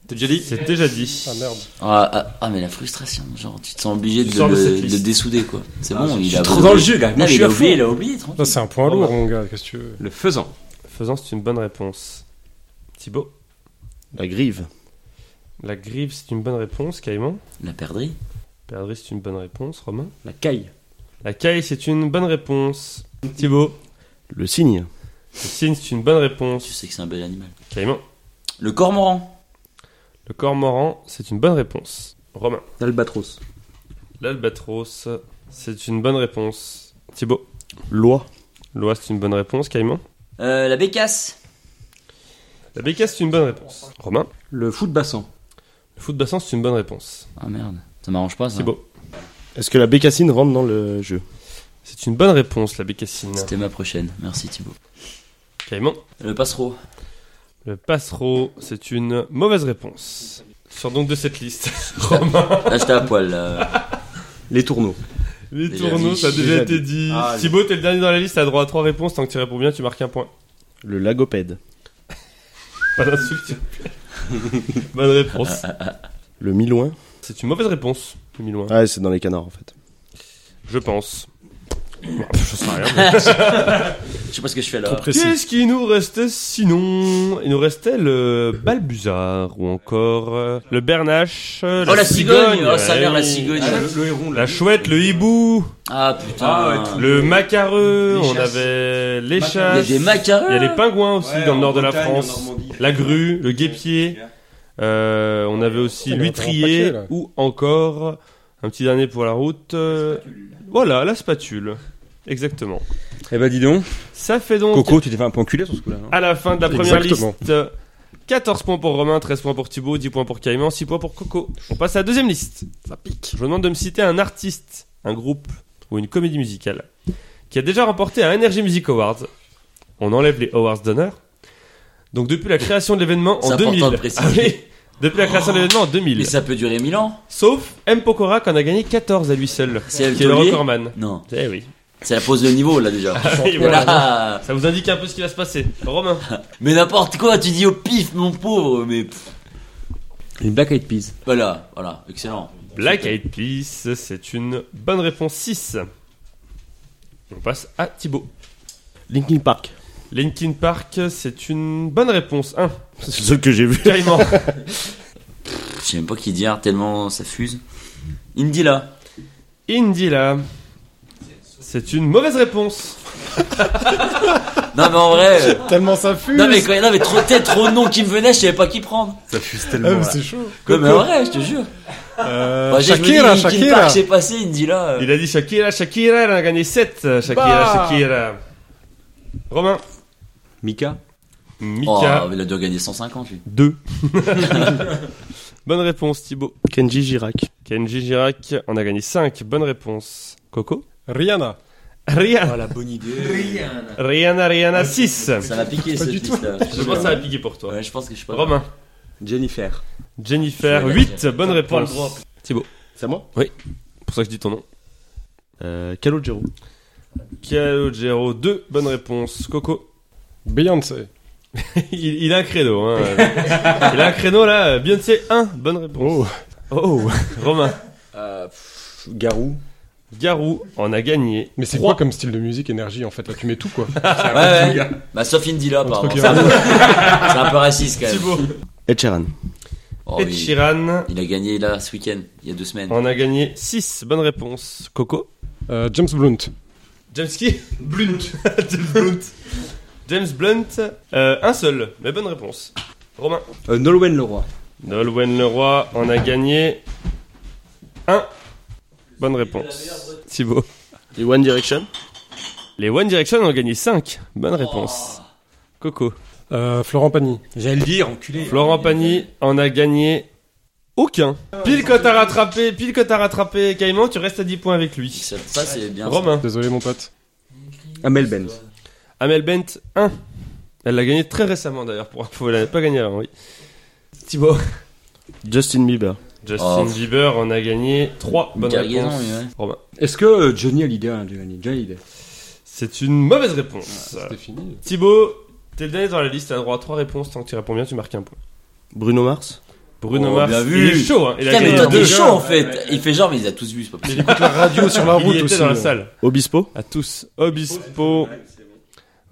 [SPEAKER 4] T'as déjà dit C'est déjà dit.
[SPEAKER 2] Ah merde.
[SPEAKER 1] Ah, ah, ah, mais la frustration, genre tu te sens obligé
[SPEAKER 4] Tu
[SPEAKER 1] de
[SPEAKER 4] sors de
[SPEAKER 1] le,
[SPEAKER 4] cette
[SPEAKER 1] de
[SPEAKER 4] liste. Ah,
[SPEAKER 1] dessouder quoi. C'est bon, il a
[SPEAKER 3] Ah, trop
[SPEAKER 1] oublié.
[SPEAKER 3] dans le jeu, gars.
[SPEAKER 1] Non,
[SPEAKER 3] Moi,
[SPEAKER 1] mais
[SPEAKER 3] je suis
[SPEAKER 1] il a
[SPEAKER 3] à
[SPEAKER 1] oublié,
[SPEAKER 3] fond.
[SPEAKER 1] il a oublié, tranquille.
[SPEAKER 2] Ça, c'est un point lourd, mon gars. Qu'est-ce que tu veux
[SPEAKER 3] Le faisan.
[SPEAKER 4] Faisant, c'est une bonne réponse. Thibaut
[SPEAKER 5] La grive.
[SPEAKER 4] La grive, c'est une bonne réponse. Caïman
[SPEAKER 1] La perdrix.
[SPEAKER 4] Perdrix, c'est une bonne réponse. Romain
[SPEAKER 3] La caille.
[SPEAKER 4] La caille, c'est une bonne réponse. Thibaut
[SPEAKER 5] Le cygne.
[SPEAKER 4] Le cygne, c'est une bonne réponse.
[SPEAKER 1] Tu sais que c'est un bel animal.
[SPEAKER 4] Caïman.
[SPEAKER 1] Le cormoran.
[SPEAKER 4] Le cormoran, c'est une bonne réponse. Romain.
[SPEAKER 5] L'albatros.
[SPEAKER 4] L'albatros, c'est une bonne réponse. Thibaut.
[SPEAKER 5] Loi.
[SPEAKER 4] L'oie, c'est une bonne réponse. Caïman.
[SPEAKER 1] Euh, la bécasse.
[SPEAKER 4] La bécasse, c'est une bonne réponse. Romain.
[SPEAKER 5] Le foot bassin.
[SPEAKER 4] Le foot bassin, c'est une bonne réponse.
[SPEAKER 1] Ah merde, ça m'arrange pas ça.
[SPEAKER 4] Thibaut.
[SPEAKER 5] Est-ce que la bécassine rentre dans le jeu
[SPEAKER 4] C'est une bonne réponse, la bécassine.
[SPEAKER 1] C'était ma prochaine, merci Thibaut.
[SPEAKER 4] Caïman.
[SPEAKER 1] Le passereau.
[SPEAKER 4] Le passereau, c'est une mauvaise réponse. Sors donc de cette liste. Romain.
[SPEAKER 1] Là j'étais à poil là.
[SPEAKER 5] Les tourneaux.
[SPEAKER 4] Les
[SPEAKER 1] Déjà
[SPEAKER 4] tourneaux,
[SPEAKER 1] dit.
[SPEAKER 4] ça a déjà
[SPEAKER 5] Déjà
[SPEAKER 4] été dit. Thibaut, t'es le dernier dans la liste, t'as droit à trois réponses. Tant que tu réponds bien, tu marques un point.
[SPEAKER 5] Le lagopède.
[SPEAKER 4] Pas d'insulte. s'il te plaît. bonne réponse.
[SPEAKER 5] Le milouin.
[SPEAKER 4] C'est une mauvaise réponse, le Milouin.
[SPEAKER 5] Ah, c'est dans les canards en fait.
[SPEAKER 4] Je pense.
[SPEAKER 1] Je sais pas ce que je fais là.
[SPEAKER 2] Ah,
[SPEAKER 5] Trop précis.
[SPEAKER 4] Qu'est-ce qui nous restait sinon Il nous restait le balbuzard ou encore euh, le bernache. euh,
[SPEAKER 1] Oh la cigogne, Oh
[SPEAKER 4] ouais,
[SPEAKER 1] ça a l'air la
[SPEAKER 4] oui.
[SPEAKER 1] cigogne.
[SPEAKER 3] héron,
[SPEAKER 4] La chouette, le hibou,
[SPEAKER 1] Ah putain.
[SPEAKER 4] le macareux,
[SPEAKER 3] Les
[SPEAKER 4] on
[SPEAKER 3] chasses.
[SPEAKER 4] avait
[SPEAKER 1] Il
[SPEAKER 3] Macareux.
[SPEAKER 4] les
[SPEAKER 1] y a
[SPEAKER 4] chasses,
[SPEAKER 1] des macarons.
[SPEAKER 4] il y a les pingouins aussi
[SPEAKER 3] Ouais,
[SPEAKER 4] dans le
[SPEAKER 3] en
[SPEAKER 4] nord de la
[SPEAKER 3] Bretagne, en
[SPEAKER 4] France,
[SPEAKER 3] Normandie.
[SPEAKER 4] la grue, le guêpier, euh, on avait aussi
[SPEAKER 2] Putain, il y en a
[SPEAKER 4] l'huîtrier
[SPEAKER 2] un paquet, là.
[SPEAKER 4] ou encore un petit dernier pour la route. euh, voilà, la spatule. Exactement.
[SPEAKER 3] Eh ben dis donc,
[SPEAKER 4] Ça fait donc
[SPEAKER 3] Coco, tu t'es fait un peu enculer sur ce coup-là. hein. non
[SPEAKER 4] à la fin de la première
[SPEAKER 2] Exactement.
[SPEAKER 4] liste. 14 points pour Romain, 13 points pour Thibaut, 10 points pour Caïman, 6 points pour Coco. On passe à la deuxième liste. Ça pique. Je vous demande de me citer un artiste, un groupe ou une comédie musicale qui a déjà remporté un Energy Music Awards. On enlève les awards d'honneur. Donc depuis la création de l'événement
[SPEAKER 1] C'est
[SPEAKER 4] en
[SPEAKER 1] important
[SPEAKER 4] 2000.
[SPEAKER 1] de préciser.
[SPEAKER 4] Ah oui. depuis la création de l'événement en 2000.
[SPEAKER 1] Mais ça peut durer mille ans.
[SPEAKER 4] Sauf M. Pokora qui en a gagné 14 à lui seul.
[SPEAKER 1] C'est
[SPEAKER 4] Qui est le
[SPEAKER 1] Taulier
[SPEAKER 4] recordman.
[SPEAKER 1] Non,
[SPEAKER 4] Eh oui.
[SPEAKER 1] c'est la pause de niveau là déjà.
[SPEAKER 4] (laughs) Et voilà.
[SPEAKER 1] Là.
[SPEAKER 4] Ça vous indique un peu ce qui va se passer. Romain.
[SPEAKER 1] Mais n'importe quoi, tu dis au pif mon pauvre, mais pff,
[SPEAKER 3] Les Black Eyed Peas.
[SPEAKER 1] voilà, voilà, excellent.
[SPEAKER 4] Black Eyed Peas, c'est une bonne réponse 6. On passe à Thibaut.
[SPEAKER 5] Linkin Park.
[SPEAKER 4] Linkin Park, c'est une bonne réponse 1.
[SPEAKER 5] C'est le seul que j'ai vu.
[SPEAKER 4] (laughs) Caïman.
[SPEAKER 1] Je sais même pas qui dire tellement ça fuse. Indila.
[SPEAKER 4] Indila. C'est une mauvaise réponse.
[SPEAKER 1] Non mais en vrai, euh,
[SPEAKER 2] Tellement ça fuse.
[SPEAKER 1] non mais quand il y en avait trop de têtes, trop de noms qui me venaient, je savais pas qui prendre.
[SPEAKER 3] Ça fuse
[SPEAKER 2] Ah,
[SPEAKER 3] tellement.
[SPEAKER 2] mais
[SPEAKER 3] là.
[SPEAKER 2] c'est chaud.
[SPEAKER 1] Non mais en vrai, je te jure.
[SPEAKER 2] Euh,
[SPEAKER 1] Enfin, j'ai- je me dis,
[SPEAKER 2] Shakira,
[SPEAKER 1] Linkin
[SPEAKER 2] Shakira.
[SPEAKER 1] Park, c'est passé, Indila.
[SPEAKER 4] Il a dit Shakira, Shakira, elle en a gagné 7. Shakira,
[SPEAKER 2] Bah.
[SPEAKER 4] Shakira. Romain.
[SPEAKER 3] Mika.
[SPEAKER 1] Oh,
[SPEAKER 4] Mika.
[SPEAKER 1] il a dû gagner 150 lui.
[SPEAKER 4] 2. (laughs) bonne réponse Thibaut.
[SPEAKER 5] Kenji Girac.
[SPEAKER 4] Kenji Girac en a gagné 5. Bonne réponse. Coco
[SPEAKER 2] Rihanna.
[SPEAKER 4] Rihanna.
[SPEAKER 1] la bonne idée.
[SPEAKER 4] Rihanna, Rihanna 6.
[SPEAKER 1] Ça m'a piqué cette liste là.
[SPEAKER 4] Je pense que ça va piquer pour toi.
[SPEAKER 1] Ouais, je pense que je suis pas.
[SPEAKER 4] Romain.
[SPEAKER 3] Jennifer.
[SPEAKER 4] Jennifer
[SPEAKER 1] Je vais
[SPEAKER 4] 8.
[SPEAKER 1] la
[SPEAKER 4] Bonne
[SPEAKER 1] Pas
[SPEAKER 4] réponse.
[SPEAKER 1] le droit.
[SPEAKER 4] Thibaut.
[SPEAKER 5] C'est moi
[SPEAKER 4] C'est pour ça que je dis ton nom.
[SPEAKER 5] euh, Calogero.
[SPEAKER 4] Calogero 2. Bonne réponse. Coco. (laughs)
[SPEAKER 2] Beyoncé.
[SPEAKER 4] Il, il a un créneau. Hein. (laughs) il a un créneau là. Beyoncé 1. Bonne réponse. Oh. (laughs) Romain.
[SPEAKER 3] Garou.
[SPEAKER 4] Garou en a gagné.
[SPEAKER 2] Mais c'est
[SPEAKER 4] Trois.
[SPEAKER 2] quoi comme style de musique, énergie en fait Là, tu mets tout quoi.
[SPEAKER 1] Ouais, ouais. Bah, sauf Indila,
[SPEAKER 2] Entre
[SPEAKER 1] pardon. C'est
[SPEAKER 2] guillemets.
[SPEAKER 1] un peu raciste quand même.
[SPEAKER 4] Thibaut.
[SPEAKER 5] Ed Sheeran.
[SPEAKER 1] Oh,
[SPEAKER 4] Et
[SPEAKER 1] oui.
[SPEAKER 4] Chiran
[SPEAKER 1] Il a gagné là ce week-end, il y a deux semaines.
[SPEAKER 4] en a gagné 6. Bonne réponse. Coco.
[SPEAKER 2] Euh, James Blunt.
[SPEAKER 4] James qui Blunt. (laughs) James Blunt. James Blunt. euh, un seul. Mais bonne réponse. Romain.
[SPEAKER 3] Euh, Nolwenn Leroy.
[SPEAKER 4] Nolwenn Leroy en a gagné 1. Bonne réponse. Thibaut.
[SPEAKER 5] Les One Direction.
[SPEAKER 4] Les One Direction ont gagné 5. Bonne réponse. Coco.
[SPEAKER 2] Euh, Florent Pagny.
[SPEAKER 3] J'allais le dire, enculé.
[SPEAKER 4] Florent Pagny en a gagné aucun. Pile que t'as rattrapé, pile que t'as rattrapé. Caïman, tu restes à 10 points avec lui.
[SPEAKER 1] Ça, ça, c'est bien. ça.
[SPEAKER 4] Romain.
[SPEAKER 2] Désolé mon pote.
[SPEAKER 3] Amel Benz.
[SPEAKER 4] Amel Bent, 1. Elle l'a gagné très récemment d'ailleurs, pour info. Elle n'avait pas gagné avant, oui. Thibaut.
[SPEAKER 5] Justin Bieber.
[SPEAKER 4] Justin
[SPEAKER 1] Oh.
[SPEAKER 4] Bieber en a gagné 3.
[SPEAKER 1] Une
[SPEAKER 4] Bonne
[SPEAKER 1] cargaison,
[SPEAKER 4] réponse.
[SPEAKER 1] oui, ouais.
[SPEAKER 4] Romain.
[SPEAKER 3] Est-ce que euh, Johnny Hallyday, hein, Johnny, Johnny Hallyday
[SPEAKER 4] C'est une mauvaise réponse.
[SPEAKER 2] C'était fini.
[SPEAKER 4] Thibaut, t'es le dernier dans la liste, t'as le droit à 3 réponses. Tant que tu réponds bien, tu marques un point.
[SPEAKER 5] Bruno Mars.
[SPEAKER 4] Bruno
[SPEAKER 1] Oh,
[SPEAKER 4] Mars,
[SPEAKER 1] bien vu.
[SPEAKER 4] il est chaud, hein. il a
[SPEAKER 1] Putain, mais
[SPEAKER 4] gagné
[SPEAKER 1] toi
[SPEAKER 4] deux.
[SPEAKER 1] t'es chaud en fait. Il fait genre, mais il a tous vu, c'est pas possible.
[SPEAKER 2] La radio sur la
[SPEAKER 4] Il
[SPEAKER 2] route
[SPEAKER 4] était
[SPEAKER 2] aussi.
[SPEAKER 4] dans la
[SPEAKER 2] euh.
[SPEAKER 4] salle.
[SPEAKER 5] Obispo.
[SPEAKER 4] À tous. Obispo.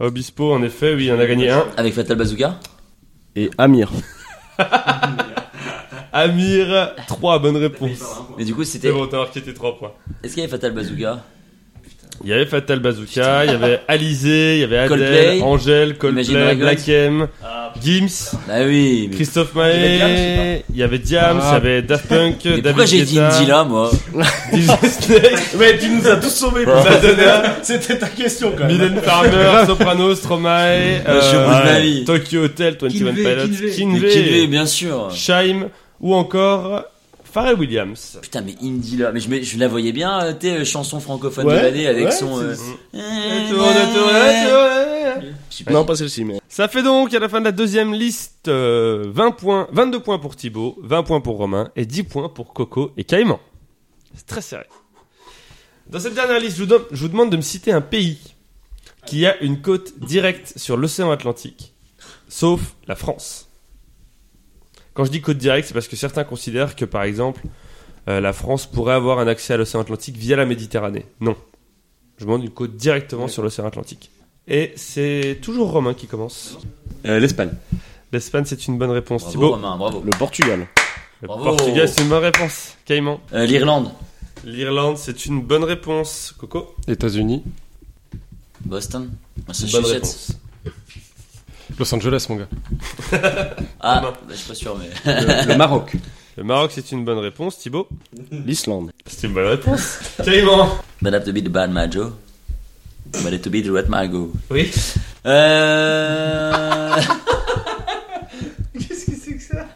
[SPEAKER 4] Obispo, en effet, oui, il en a gagné un.
[SPEAKER 1] Avec Fatal Bazooka
[SPEAKER 5] Et Amir.
[SPEAKER 4] Amir, 3 bonnes réponses.
[SPEAKER 1] Mais du coup, c'était.
[SPEAKER 4] C'est bon, t'as marqué tes 3 points.
[SPEAKER 1] Est-ce qu'il y avait Fatal Bazooka
[SPEAKER 4] Il y avait Fatal Bazooka, il y avait Alizé, il y avait Adèle,
[SPEAKER 1] Coldplay,
[SPEAKER 4] Angèle,
[SPEAKER 1] Imagine
[SPEAKER 4] Coldplay,
[SPEAKER 1] Dragons.
[SPEAKER 4] Black M,
[SPEAKER 5] Ah,
[SPEAKER 4] Gims,
[SPEAKER 1] Bah oui. Mais,
[SPEAKER 4] Christophe
[SPEAKER 5] Il y avait Diams, je sais
[SPEAKER 4] Maé, il y avait Diams, il y
[SPEAKER 2] Ah.
[SPEAKER 4] avait Daft Punk,
[SPEAKER 1] mais
[SPEAKER 4] David
[SPEAKER 1] pourquoi j'ai dit
[SPEAKER 4] Guetta,
[SPEAKER 1] Indy là, moi
[SPEAKER 4] DJ Snake,
[SPEAKER 5] Mais tu nous as tous sauvés.
[SPEAKER 1] Ah.
[SPEAKER 5] putain, c'était- C'était ta question
[SPEAKER 6] Bah,
[SPEAKER 5] quand même.
[SPEAKER 4] Mylène Farmer, Soprano, Stromae, euh,
[SPEAKER 1] Bah, je suis au bout de ma vie.
[SPEAKER 4] Tokyo Hotel,
[SPEAKER 6] Kinvey,
[SPEAKER 4] 21 Pilots,
[SPEAKER 6] Kinvey.
[SPEAKER 1] Mais qui lui,
[SPEAKER 4] Kinvey,
[SPEAKER 1] bien sûr.
[SPEAKER 4] Shime ou encore Pharrell Williams.
[SPEAKER 1] Putain, mais Indy là. Mais je, me- je la voyais bien, euh, t'es euh, chanson francophone
[SPEAKER 5] Ouais,
[SPEAKER 1] de l'année avec
[SPEAKER 5] ouais,
[SPEAKER 1] son. euh,
[SPEAKER 5] Non, pas celle-ci, mais.
[SPEAKER 4] Ça fait donc à la fin de la deuxième liste euh, 20 points, 22 points pour Thibaut, 20 points pour Romain et 10 points pour Coco et Caïman. C'est très serré. Dans cette dernière liste, je vous, donne- je vous demande de me citer un pays qui a une côte directe sur l'océan Atlantique, sauf la France. Quand je dis côte directe, c'est parce que certains considèrent que, par exemple, euh, la France pourrait avoir un accès à l'océan Atlantique via la Méditerranée. Non. Je demande une côte directement sur l'océan Atlantique. Et c'est toujours Romain qui commence.
[SPEAKER 3] Euh, L'Espagne.
[SPEAKER 4] L'Espagne, c'est une bonne réponse.
[SPEAKER 1] Bravo,
[SPEAKER 4] Thibaut,
[SPEAKER 1] Romain, bravo.
[SPEAKER 5] Le
[SPEAKER 2] (laughs)
[SPEAKER 5] Portugal.
[SPEAKER 4] le
[SPEAKER 1] Bravo.
[SPEAKER 4] Portugal, c'est une bonne réponse. Caïman,
[SPEAKER 1] Euh, L'Irlande,
[SPEAKER 4] l'Irlande, c'est une bonne réponse. Coco,
[SPEAKER 2] États-Unis,
[SPEAKER 1] Boston,
[SPEAKER 4] une bonne
[SPEAKER 1] Massachusetts.
[SPEAKER 4] réponse.
[SPEAKER 2] Los Angeles, mon gars.
[SPEAKER 1] Ah,
[SPEAKER 4] Romain.
[SPEAKER 1] bah, je suis pas sûr, mais. (laughs)
[SPEAKER 3] Le, le Maroc.
[SPEAKER 4] Le Maroc, c'est une bonne réponse. Thibaut,
[SPEAKER 5] L'Islande.
[SPEAKER 4] c'est une bonne réponse. (laughs) Caïman,
[SPEAKER 1] But I have to be the bad Majo. But I have to be the red Mago.
[SPEAKER 4] oui. (laughs)
[SPEAKER 1] Euh.
[SPEAKER 6] Qu'est-ce que c'est que ça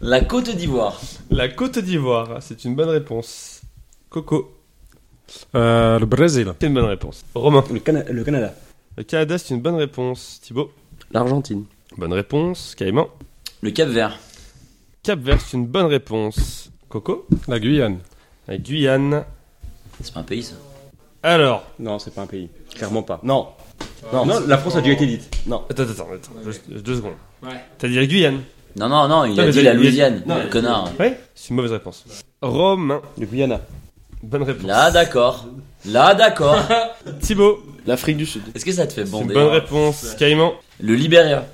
[SPEAKER 1] La Côte d'Ivoire.
[SPEAKER 4] La Côte d'Ivoire, c'est une bonne réponse. Coco,
[SPEAKER 2] Euh, le Brésil.
[SPEAKER 4] c'est une bonne réponse. Romain,
[SPEAKER 3] Le, Cana- le Canada.
[SPEAKER 4] le Canada, c'est une bonne réponse. Thibaut,
[SPEAKER 5] L'Argentine.
[SPEAKER 4] bonne réponse. Caïman,
[SPEAKER 1] Le Cap Vert.
[SPEAKER 4] Cap Vert, c'est une bonne réponse. Coco,
[SPEAKER 2] La Guyane.
[SPEAKER 4] la Guyane.
[SPEAKER 1] C'est pas un pays ça.
[SPEAKER 4] Alors,
[SPEAKER 3] Non, c'est pas un pays. Clairement pas.
[SPEAKER 5] Non.
[SPEAKER 3] Non, la France a déjà été dite.
[SPEAKER 4] attends, attends, attends, deux, deux secondes.
[SPEAKER 6] Ouais.
[SPEAKER 4] T'as dit la Guyane
[SPEAKER 1] Non, non, non, il
[SPEAKER 4] Non,
[SPEAKER 1] a
[SPEAKER 4] mais
[SPEAKER 1] dit
[SPEAKER 4] j'ai-
[SPEAKER 1] la
[SPEAKER 4] j'ai-
[SPEAKER 1] Louisiane,
[SPEAKER 3] non,
[SPEAKER 1] le connard.
[SPEAKER 4] Ouais, c'est une mauvaise réponse. Romain,
[SPEAKER 3] Le Guyana.
[SPEAKER 4] bonne réponse.
[SPEAKER 1] Là, d'accord. Là, d'accord.
[SPEAKER 4] Thibaut,
[SPEAKER 5] L'Afrique du Sud.
[SPEAKER 1] Est-ce que ça te fait
[SPEAKER 4] c'est une
[SPEAKER 1] bander
[SPEAKER 4] bonne
[SPEAKER 1] hein
[SPEAKER 4] réponse. Caïman,
[SPEAKER 1] Le Libéria.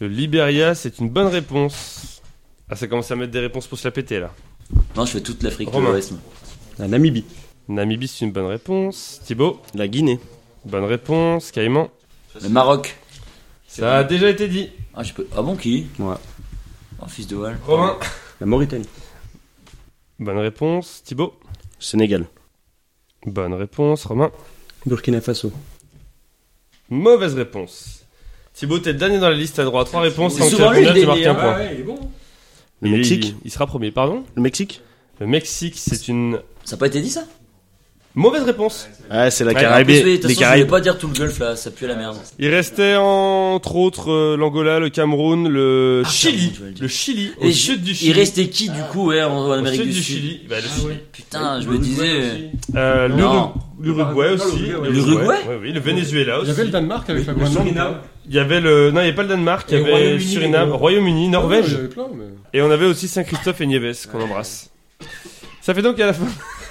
[SPEAKER 4] le Liberia, c'est une bonne réponse. Ah, ça commence à mettre des réponses pour se la péter là.
[SPEAKER 1] Non, je fais toute l'Afrique de
[SPEAKER 4] Romain.
[SPEAKER 1] l'Ouest. moi.
[SPEAKER 3] La Namibie.
[SPEAKER 4] Namibie, c'est une bonne réponse. Thibaut,
[SPEAKER 5] La Guinée.
[SPEAKER 4] bonne réponse. Caïman,
[SPEAKER 1] Le Maroc.
[SPEAKER 4] ça a déjà été dit.
[SPEAKER 1] Ah, je peux... ah bon, qui
[SPEAKER 3] Moi.
[SPEAKER 1] Oh, fils de Wall.
[SPEAKER 4] Romain,
[SPEAKER 3] La Mauritanie.
[SPEAKER 4] bonne réponse. Thibaut,
[SPEAKER 5] Sénégal.
[SPEAKER 4] bonne réponse. Romain,
[SPEAKER 3] Burkina Faso.
[SPEAKER 4] mauvaise réponse. Thibaut, t'es le dernier dans la liste, t'as droit à trois réponses.
[SPEAKER 1] C'est
[SPEAKER 4] Tant que
[SPEAKER 1] souvent
[SPEAKER 4] t'as
[SPEAKER 1] lui
[SPEAKER 4] combien,
[SPEAKER 1] le
[SPEAKER 4] tu marques
[SPEAKER 1] délire,
[SPEAKER 4] un point.
[SPEAKER 6] ouais, il est bon.
[SPEAKER 5] Le
[SPEAKER 4] Il-
[SPEAKER 5] Mexique.
[SPEAKER 4] il- il sera premier, pardon.
[SPEAKER 5] Le Mexique
[SPEAKER 4] Le Mexique, c'est une
[SPEAKER 1] Ça n'a pas été dit ça
[SPEAKER 4] mauvaise réponse.
[SPEAKER 5] Ah, c'est la
[SPEAKER 4] Ouais,
[SPEAKER 5] Caraïbe.
[SPEAKER 1] Plus, oui, de toute
[SPEAKER 5] Les
[SPEAKER 1] façon, je voulais
[SPEAKER 5] Caraïbes.
[SPEAKER 1] pas dire tout le golfe là, ça pue la merde.
[SPEAKER 4] Il restait entre autres euh, l'Angola, le Cameroun, le
[SPEAKER 1] Ah,
[SPEAKER 4] Chili.
[SPEAKER 1] Cameroun, je vais le dire.
[SPEAKER 4] le Chili, au
[SPEAKER 1] Et je-
[SPEAKER 4] sud du
[SPEAKER 1] Il
[SPEAKER 4] Chili. Ah.
[SPEAKER 1] restait qui du coup ouais, en, en
[SPEAKER 4] au
[SPEAKER 1] Amérique
[SPEAKER 4] sud
[SPEAKER 1] du,
[SPEAKER 4] du
[SPEAKER 1] Sud
[SPEAKER 4] Chili. Bah, le
[SPEAKER 6] Ah ouais.
[SPEAKER 1] Putain, je me disais. euh,
[SPEAKER 4] Euh, l'Uru-
[SPEAKER 1] Non. Ah,
[SPEAKER 4] L'Uruguay
[SPEAKER 6] Non,
[SPEAKER 4] aussi.
[SPEAKER 6] l'Uruguay,
[SPEAKER 1] ouais. L'Uruguay
[SPEAKER 4] Oui, oui, le Venezuela
[SPEAKER 2] Il
[SPEAKER 4] Ah, aussi.
[SPEAKER 2] y avait le Danemark avec la
[SPEAKER 6] Le
[SPEAKER 2] Groenland.
[SPEAKER 6] Suriname.
[SPEAKER 4] Il y avait le. Non, il n'y avait pas le Danemark, il y
[SPEAKER 6] Et
[SPEAKER 4] avait
[SPEAKER 6] Royaume-Uni,
[SPEAKER 4] Suriname,
[SPEAKER 6] euh,
[SPEAKER 1] Ah,
[SPEAKER 4] Royaume-Uni,
[SPEAKER 2] Ouais, il y
[SPEAKER 4] Norvège.
[SPEAKER 2] avait plein, mais-
[SPEAKER 4] Et on avait aussi Saint-Christophe et Nieves qu'on embrasse. Ça fait donc à la fin,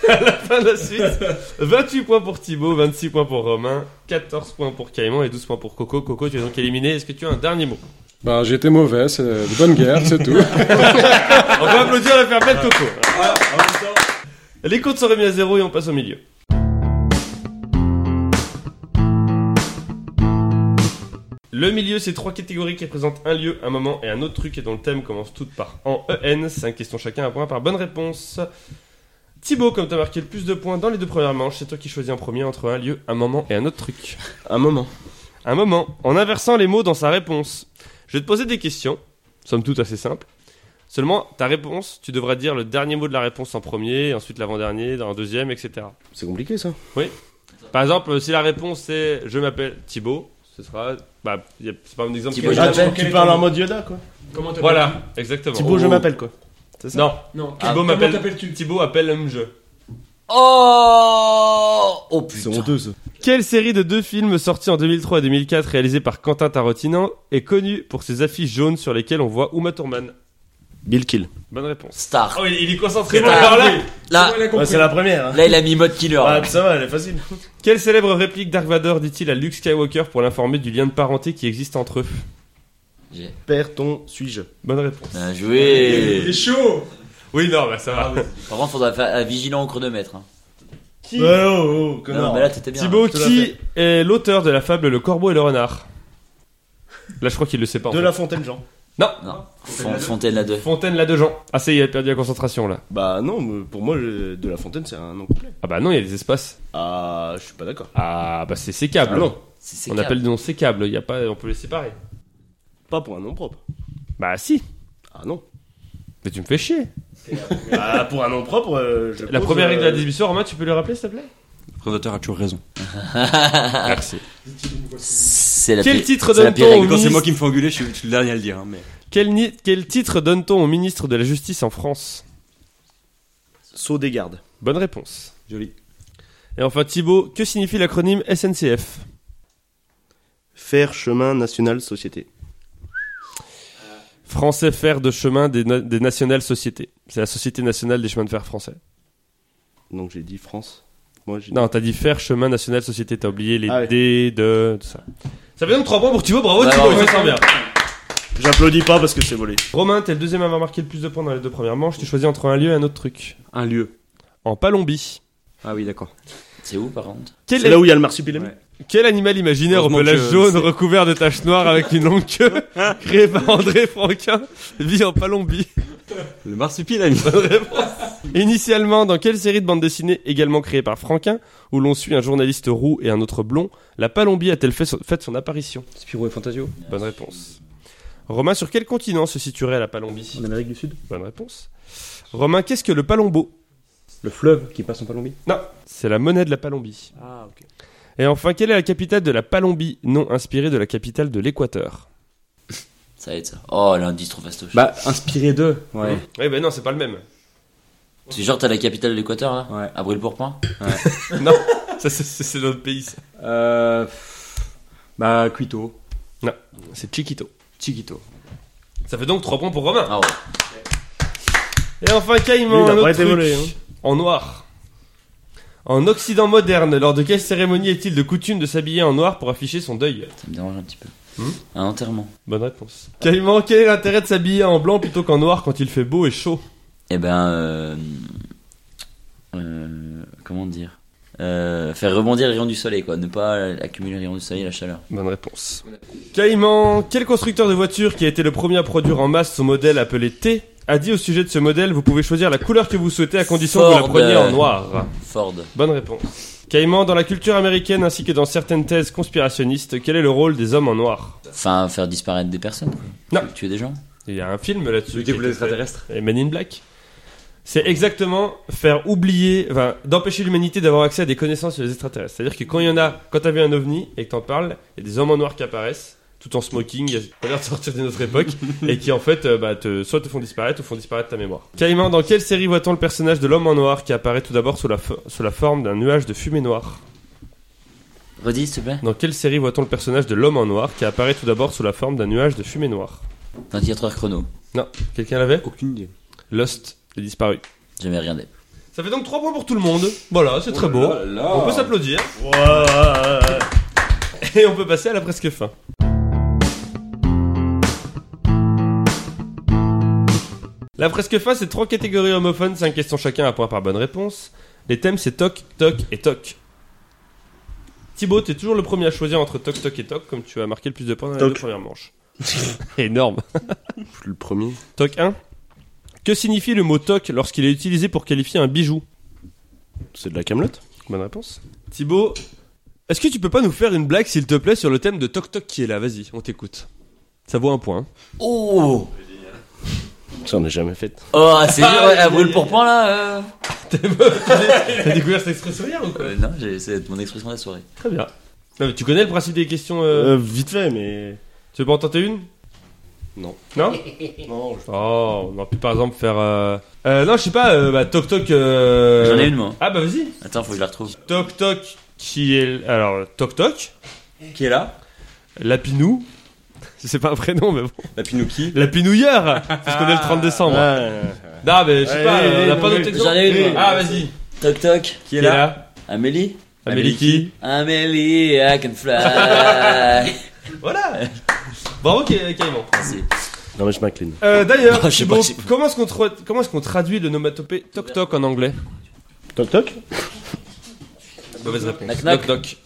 [SPEAKER 4] (laughs) à la fin de la suite 28 points pour Thibaut, 26 points pour Romain, 14 points pour Caïman et 12 points pour Coco. Coco, tu es donc éliminé. Est-ce que tu as un dernier mot
[SPEAKER 2] Bah, j'ai été mauvais, c'est de bonne guerre, c'est tout.
[SPEAKER 4] On peut applaudir la faire belle Coco.
[SPEAKER 6] Ah, en même temps.
[SPEAKER 4] Les comptes sont remis à zéro et on passe au milieu. Le milieu, c'est trois catégories qui représentent un lieu, un moment et un autre truc et dont le thème commence toutes par en EN. Cinq questions chacun, un point par bonne réponse. Thibaut, comme t'as marqué le plus de points dans les deux premières manches, c'est toi qui choisis en premier entre un lieu, un moment et un autre truc.
[SPEAKER 5] Un moment.
[SPEAKER 4] Un moment, en inversant les mots dans sa réponse. Je vais te poser des questions, somme toute assez simples. Seulement, ta réponse, tu devras dire le dernier mot de la réponse en premier, ensuite l'avant-dernier, dans un deuxième, etc.
[SPEAKER 5] C'est compliqué ça.
[SPEAKER 4] Par exemple, si la réponse c'est je m'appelle Thibaut, ce sera. Bah, y a- c'est pas un exemple
[SPEAKER 1] Thibaut,
[SPEAKER 4] qui
[SPEAKER 1] je
[SPEAKER 4] est-
[SPEAKER 5] Ah,
[SPEAKER 1] m'appelle.
[SPEAKER 5] tu, tu parles en mode Yoda quoi.
[SPEAKER 6] Comment t'appelles
[SPEAKER 4] Voilà, exactement.
[SPEAKER 5] Thibaut,
[SPEAKER 6] Oh.
[SPEAKER 5] je m'appelle quoi.
[SPEAKER 4] C'est ça. Non,
[SPEAKER 6] Non,
[SPEAKER 1] Ah,
[SPEAKER 4] Thibaut
[SPEAKER 6] comment
[SPEAKER 4] m'appelle-
[SPEAKER 6] t'appelles-tu
[SPEAKER 4] Thibaut appelle homme jeu.
[SPEAKER 1] Oh Oh
[SPEAKER 5] C'est
[SPEAKER 1] putain.
[SPEAKER 5] honteux ça.
[SPEAKER 4] Quelle série de deux films sortis en 2003 et 2004 réalisés par Quentin Tarantino est connue pour ses affiches jaunes sur lesquelles on voit Uma Thurman
[SPEAKER 5] Bill Kill.
[SPEAKER 4] Bonne réponse.
[SPEAKER 1] Star.
[SPEAKER 4] Oh, il, il est concentré.
[SPEAKER 1] C'est
[SPEAKER 4] Alors là,
[SPEAKER 1] Là,
[SPEAKER 6] Comment elle a compris
[SPEAKER 5] c'est la première. hein.
[SPEAKER 1] là, il a mis mode killer.
[SPEAKER 5] Ah, ça va, elle est facile.
[SPEAKER 4] Quelle célèbre réplique Dark Vador dit-il à Luke Skywalker pour l'informer du lien de parenté qui existe entre eux
[SPEAKER 1] J'ai-
[SPEAKER 5] Père ton suis-je.
[SPEAKER 4] Bonne réponse.
[SPEAKER 1] Bien
[SPEAKER 6] Il est
[SPEAKER 1] joué.
[SPEAKER 6] chaud
[SPEAKER 4] Oui, non, bah ça va.
[SPEAKER 1] Par contre, faudra faire euh, vigilant au chronomètre. hein.
[SPEAKER 4] Qui,
[SPEAKER 5] oh, oh,
[SPEAKER 1] Non, mais là, t'étais bien.
[SPEAKER 4] Thibaut,
[SPEAKER 5] tout à
[SPEAKER 4] qui est l'auteur de la fable Le Corbeau et le Renard Là, je crois qu'il le sait pas. en
[SPEAKER 5] De
[SPEAKER 4] fait.
[SPEAKER 5] la fontaine Jean.
[SPEAKER 1] hein. Non, Fon- Fontaine la 2.
[SPEAKER 4] Fontaine la de Jean. Ah, ça y est, il a perdu la concentration là.
[SPEAKER 6] Bah non, mais pour moi, je- de la fontaine, c'est un nom complet.
[SPEAKER 4] Ah bah non, il y a des espaces.
[SPEAKER 6] Ah, je suis pas d'accord.
[SPEAKER 4] Ah bah c'est sécable. non,
[SPEAKER 1] C'est c'est
[SPEAKER 4] on
[SPEAKER 1] cap.
[SPEAKER 4] appelle non sécable. Il y a pas, on peut les séparer.
[SPEAKER 6] Pas pour un nom propre.
[SPEAKER 4] Bah si.
[SPEAKER 6] Ah non.
[SPEAKER 4] Mais tu me fais chier.
[SPEAKER 6] Ah, pour un nom propre, euh, je.
[SPEAKER 4] La
[SPEAKER 6] pose,
[SPEAKER 4] première règle de
[SPEAKER 6] euh,
[SPEAKER 4] la distribution, Romain, tu peux le rappeler s'il te plaît
[SPEAKER 3] Prédateur a toujours raison.
[SPEAKER 4] Merci.
[SPEAKER 1] C'est la
[SPEAKER 4] Quel
[SPEAKER 1] pi-
[SPEAKER 4] titre
[SPEAKER 1] c'est la
[SPEAKER 4] donne-t-on
[SPEAKER 1] pire
[SPEAKER 4] au
[SPEAKER 1] règle.
[SPEAKER 3] Quand c'est
[SPEAKER 4] ministre
[SPEAKER 3] moi qui me fais engueuler, je suis, je suis le dernier à le dire. hein, mais...
[SPEAKER 4] Quel, ni- quel titre donne-t-on au ministre de la Justice en France
[SPEAKER 6] Saut des gardes.
[SPEAKER 4] Bonne réponse.
[SPEAKER 3] Joli.
[SPEAKER 4] Et enfin Thibaut, que signifie l'acronyme SNCF
[SPEAKER 6] Faire chemin national société.
[SPEAKER 4] Français fer de chemin des, na- des nationales sociétés. C'est la Société nationale des chemins de fer français.
[SPEAKER 6] Donc j'ai dit France. Moi, j'ai.
[SPEAKER 4] Non, t'as dit fer, chemin, national, société, t'as oublié les
[SPEAKER 6] Ah ouais.
[SPEAKER 4] D, de, tout ça. Ça fait donc 3 points pour Thibaut, bravo
[SPEAKER 1] Ouais,
[SPEAKER 4] Thibaut,
[SPEAKER 1] bravo.
[SPEAKER 4] il se sent bien.
[SPEAKER 6] J'applaudis pas parce que c'est volé.
[SPEAKER 4] Romain, t'es le deuxième à avoir marqué le plus de points dans les deux premières manches, tu choisis entre un lieu et un autre truc.
[SPEAKER 3] Un lieu.
[SPEAKER 4] En Palombie.
[SPEAKER 3] Ah oui, d'accord.
[SPEAKER 1] C'est où par contre
[SPEAKER 4] Quel,
[SPEAKER 6] C'est là où il y a le marsupilami.
[SPEAKER 3] Ouais.
[SPEAKER 4] quel animal imaginaire au
[SPEAKER 3] Heureusement
[SPEAKER 4] pelage
[SPEAKER 3] que, euh,
[SPEAKER 4] jaune
[SPEAKER 3] c'est-
[SPEAKER 4] recouvert de taches noires avec une longue
[SPEAKER 6] (laughs)
[SPEAKER 4] queue, créé par André Franquin, vit en Palombie
[SPEAKER 3] Le marsupilami.
[SPEAKER 4] Initialement, dans quelle série de bande dessinée également créée par Franquin, où l'on suit un journaliste roux et un autre blond, la Palombie a-t-elle fait, son- fait son apparition
[SPEAKER 3] Spirou et Fantasio.
[SPEAKER 4] Bonne réponse. Romain, sur quel continent se situerait la Palombie
[SPEAKER 5] En Amérique du Sud.
[SPEAKER 4] Bonne réponse. Romain, qu'est-ce que le palombo
[SPEAKER 5] Le fleuve qui passe en Palombie.
[SPEAKER 4] Non, c'est la monnaie de la Palombie.
[SPEAKER 5] Ah, ok.
[SPEAKER 4] Et enfin, quelle est la capitale de la Palombie, non inspirée de la capitale de l'Équateur
[SPEAKER 1] Ça va être ça. Oh, l'indice trop fastoche.
[SPEAKER 3] Bah, inspiré d'eux. Ouais.
[SPEAKER 4] Eh ben non, c'est pas le même.
[SPEAKER 1] C'est genre, t'as la capitale de l'Équateur là
[SPEAKER 3] Ouais.
[SPEAKER 1] À Brûle-Pourpoint
[SPEAKER 4] non, ça c'est- c'est c'est notre pays. ça.
[SPEAKER 3] Euh, pff, Bah, Quito.
[SPEAKER 4] C'est Chiquito.
[SPEAKER 3] Chiquito.
[SPEAKER 4] Ça fait donc 3 points pour Romain.
[SPEAKER 1] Ah ouais.
[SPEAKER 4] Et enfin,
[SPEAKER 5] Lui,
[SPEAKER 4] Caïman,
[SPEAKER 5] il a
[SPEAKER 4] un
[SPEAKER 5] pas
[SPEAKER 4] autre
[SPEAKER 5] été
[SPEAKER 4] truc.
[SPEAKER 5] volé, hein.
[SPEAKER 4] En noir. En Occident moderne, lors de quelle cérémonie est-il de coutume de s'habiller en noir pour afficher son deuil
[SPEAKER 1] Ça me dérange un petit peu.
[SPEAKER 4] Hmm
[SPEAKER 1] un enterrement.
[SPEAKER 4] Bonne réponse. Caïman, quel est l'intérêt de s'habiller en blanc plutôt qu'en noir quand il fait beau et chaud
[SPEAKER 1] Eh ben. Euh, euh, comment dire Euh, Faire rebondir les rayons du soleil quoi. Ne pas accumuler les rayons du soleil et la chaleur.
[SPEAKER 4] Bonne réponse. Caïman, quel constructeur de voiture qui a été le premier à produire en masse son modèle appelé T a dit au sujet de ce modèle vous pouvez choisir la couleur que vous souhaitez à condition que vous la
[SPEAKER 1] Ford.
[SPEAKER 4] preniez en noir.
[SPEAKER 1] Ford.
[SPEAKER 4] Bonne réponse. Caïman, dans la culture américaine ainsi que dans certaines thèses conspirationnistes, quel est le rôle des hommes en noir
[SPEAKER 1] Enfin, faire disparaître des personnes quoi.
[SPEAKER 4] Non.
[SPEAKER 1] Tuer des gens
[SPEAKER 4] Il y a un film là-dessus.
[SPEAKER 3] Le
[SPEAKER 4] qui a
[SPEAKER 3] dévoué
[SPEAKER 4] été fait.
[SPEAKER 3] extraterrestre.
[SPEAKER 4] Et Men in Black. C'est exactement faire oublier, enfin, d'empêcher l'humanité d'avoir accès à des connaissances sur les extraterrestres. C'est-à-dire que quand il y en a, quand t'as vu un ovni et que t'en parles, il y a des hommes en noir qui apparaissent, tout en smoking, qui ont l'air de sortir de notre époque, et qui en fait, euh, bah, te, soit te font disparaître ou font disparaître ta mémoire. Caïman, dans quelle série voit-on le personnage de l'homme en noir qui apparaît tout d'abord sous, la fo- sous la forme d'un nuage de fumée noire
[SPEAKER 1] Redis s'il te plaît
[SPEAKER 4] Dans quelle série voit-on le personnage de l'homme en noir qui apparaît tout d'abord sous la forme d'un nuage de fumée noire
[SPEAKER 1] 24 heures chrono.
[SPEAKER 4] Non, quelqu'un l'avait
[SPEAKER 3] Aucune idée.
[SPEAKER 4] Lost, il est disparu.
[SPEAKER 1] Jamais regardé.
[SPEAKER 4] Ça fait donc 3 points pour tout le monde. Voilà, c'est très beau. On peut s'applaudir. Et on peut passer à la presque fin. La presque fin, c'est trois catégories homophones, 5 questions chacun, à point par bonne réponse. Les thèmes, c'est toc, toc et toc. Thibaut, t'es toujours le premier à choisir entre toc, toc et toc, comme tu as marqué le plus de points dans les
[SPEAKER 6] Toc.
[SPEAKER 4] deux premières manches. Énorme.
[SPEAKER 6] Je suis le premier.
[SPEAKER 4] Toc 1. Que signifie le mot toc lorsqu'il est utilisé pour qualifier un bijou
[SPEAKER 6] C'est de la camelote.
[SPEAKER 4] Bonne réponse. Thibaut, est-ce que tu peux pas nous faire une blague, s'il te plaît, sur le thème de Toc Toc qui est là Vas-y, on t'écoute. Ça vaut un point. hein.
[SPEAKER 1] Oh
[SPEAKER 6] Ça, on n'est jamais fait.
[SPEAKER 1] Oh, c'est dur, ouais, à Brûle-Pourpoint là euh.
[SPEAKER 4] T'as découvert cette expression hier ou quoi
[SPEAKER 1] Euh, Non, j'ai- c'est mon expression de la soirée.
[SPEAKER 4] Très bien. Non, mais tu connais le principe des questions. euh,
[SPEAKER 6] Euh, vite fait, mais.
[SPEAKER 4] Tu veux pas en tenter une
[SPEAKER 6] Non.
[SPEAKER 4] (laughs) Non
[SPEAKER 6] Non,
[SPEAKER 4] Oh, on aurait pu par exemple faire. euh, euh, non, je sais pas, euh, bah, Toc Toc. euh,
[SPEAKER 1] J'en ai une moi.
[SPEAKER 4] Ah bah vas-y.
[SPEAKER 1] Attends, faut que je la retrouve.
[SPEAKER 4] Toc Toc qui est. Alors, Toc Toc,
[SPEAKER 3] Qui est là
[SPEAKER 4] Lapinou. C'est pas un prénom, mais bon. Ah.
[SPEAKER 3] La Pinouki.
[SPEAKER 4] Lapinouillère Parce qu'on est le 30 décembre. Non, mais je sais
[SPEAKER 6] Ouais,
[SPEAKER 4] pas,
[SPEAKER 6] ouais,
[SPEAKER 4] on a
[SPEAKER 6] ouais,
[SPEAKER 4] pas
[SPEAKER 6] ouais,
[SPEAKER 4] d'autres exemples.
[SPEAKER 1] j'en ai une, moi.
[SPEAKER 4] Ah, vas-y.
[SPEAKER 1] Toc toc.
[SPEAKER 4] Qui est là
[SPEAKER 1] Amélie
[SPEAKER 4] Amélie qui
[SPEAKER 1] Amélie, I can fly. (laughs)
[SPEAKER 4] Voilà (laughs) Bravo Ca- Caïman
[SPEAKER 1] Merci.
[SPEAKER 6] Non, mais je m'incline.
[SPEAKER 4] euh, D'ailleurs,
[SPEAKER 1] Ah, (laughs) je sais
[SPEAKER 4] Thibaut,
[SPEAKER 1] pas, je sais pas.
[SPEAKER 4] comment est-ce qu'on tra- comment est-ce qu'on traduit le nomatopée toc toc en anglais
[SPEAKER 6] Toc toc
[SPEAKER 4] Mauvaise réponse.
[SPEAKER 1] Knock, knock.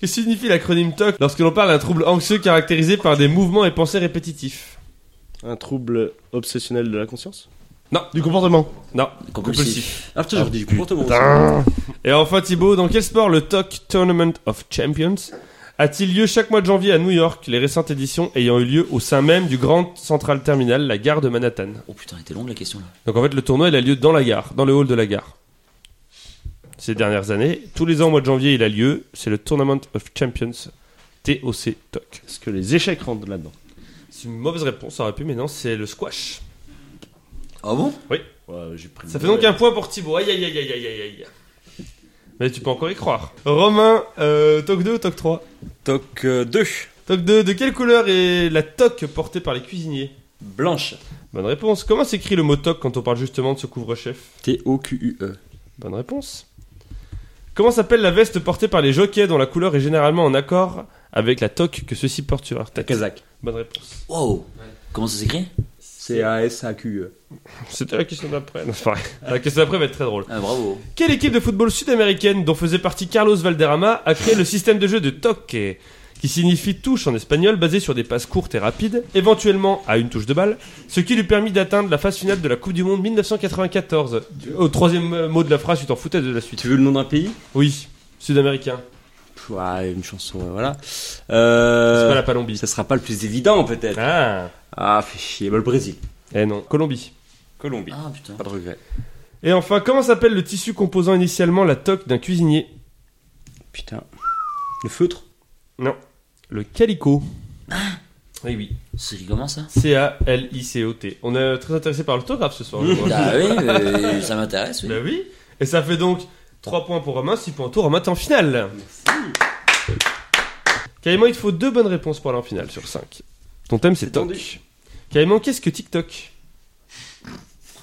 [SPEAKER 4] Que signifie l'acronyme TOC lorsque l'on parle d'un trouble anxieux caractérisé par des mouvements et pensées répétitifs
[SPEAKER 6] Un trouble obsessionnel de la conscience
[SPEAKER 4] Non. Du comportement Non.
[SPEAKER 1] Compulsif.
[SPEAKER 3] Ah putain, j'aurais dit du comportement.
[SPEAKER 4] Et enfin Thibaut, dans quel sport le TOC Tournament of Champions a-t-il lieu chaque mois de janvier à New York, les récentes éditions ayant eu lieu au sein même du Grand Central Terminal, la gare de Manhattan
[SPEAKER 1] Oh putain, elle était longue la question là.
[SPEAKER 4] Donc en fait, le tournoi, il a lieu dans la gare, dans le hall de la gare. Ces dernières années, tous les ans au mois de janvier, il a lieu. C'est le Tournament of Champions, TOC TOC.
[SPEAKER 6] Est-ce que les échecs rentrent là-dedans
[SPEAKER 4] C'est une mauvaise réponse, ça aurait pu, mais non, c'est le squash.
[SPEAKER 1] Ah bon
[SPEAKER 6] Ouais, j'ai pris.
[SPEAKER 4] Ça fait donc un point pour Thibaut. Aïe, aïe, aïe, aïe, aïe, aïe, aïe. Mais tu peux encore y croire. Romain, euh, TOC 2 TOC 3
[SPEAKER 3] Toc 2.
[SPEAKER 4] TOC 2, de quelle couleur est la TOC portée par les cuisiniers
[SPEAKER 3] Blanche.
[SPEAKER 4] Bonne réponse. Comment s'écrit le mot TOC quand on parle justement de ce couvre-chef
[SPEAKER 3] T-O-Q-U-E.
[SPEAKER 4] Bonne réponse. Comment s'appelle la veste portée par les jockeys dont la couleur est généralement en accord avec la toque que ceux-ci portent sur leur tête
[SPEAKER 3] Kazakh.
[SPEAKER 4] Bonne réponse.
[SPEAKER 1] Wow Comment ça s'écrit
[SPEAKER 3] C-A-S-A-Q-E.
[SPEAKER 4] C'était la question d'après. Non, c'est pas vrai. La question d'après va être très drôle.
[SPEAKER 1] Ah bravo
[SPEAKER 4] Quelle équipe de football sud-américaine dont faisait partie Carlos Valderrama a créé le système de jeu de toque qui signifie touche en espagnol basé sur des passes courtes et rapides, éventuellement à une touche de balle, ce qui lui permit d'atteindre la phase finale de la Coupe du Monde 1994. Au troisième euh, mot de la phrase, tu t'en foutais de la suite.
[SPEAKER 3] Tu veux le nom d'un pays
[SPEAKER 4] Oui, sud-américain.
[SPEAKER 3] Pff, ouais, une chanson, euh, voilà.
[SPEAKER 4] C'est
[SPEAKER 3] Euh,
[SPEAKER 4] pas la Palombie.
[SPEAKER 3] Ça sera pas le plus évident peut-être.
[SPEAKER 4] Ah
[SPEAKER 3] Ah, fait chier. Bah, le Brésil.
[SPEAKER 4] Eh non, Colombie.
[SPEAKER 3] Colombie.
[SPEAKER 1] Ah putain
[SPEAKER 3] Pas de regret.
[SPEAKER 4] Et enfin, comment s'appelle le tissu composant initialement la toque d'un cuisinier
[SPEAKER 3] Putain. Le feutre
[SPEAKER 4] Non. Le calico. Eh Oui, oui.
[SPEAKER 1] C'est qui comment ça
[SPEAKER 4] C-A-L-I-C-O-T. On est très intéressé par l'orthographe ce soir. je vois.
[SPEAKER 1] Bah oui, euh, ça m'intéresse oui.
[SPEAKER 4] Bah oui. Et ça fait donc 3 points pour Romain, 6 points pour Romain, t'es en finale. Caïman, il te faut deux bonnes réponses pour aller en finale sur 5. Ton thème, c'est toc. Caïman, qu'est-ce que TikTok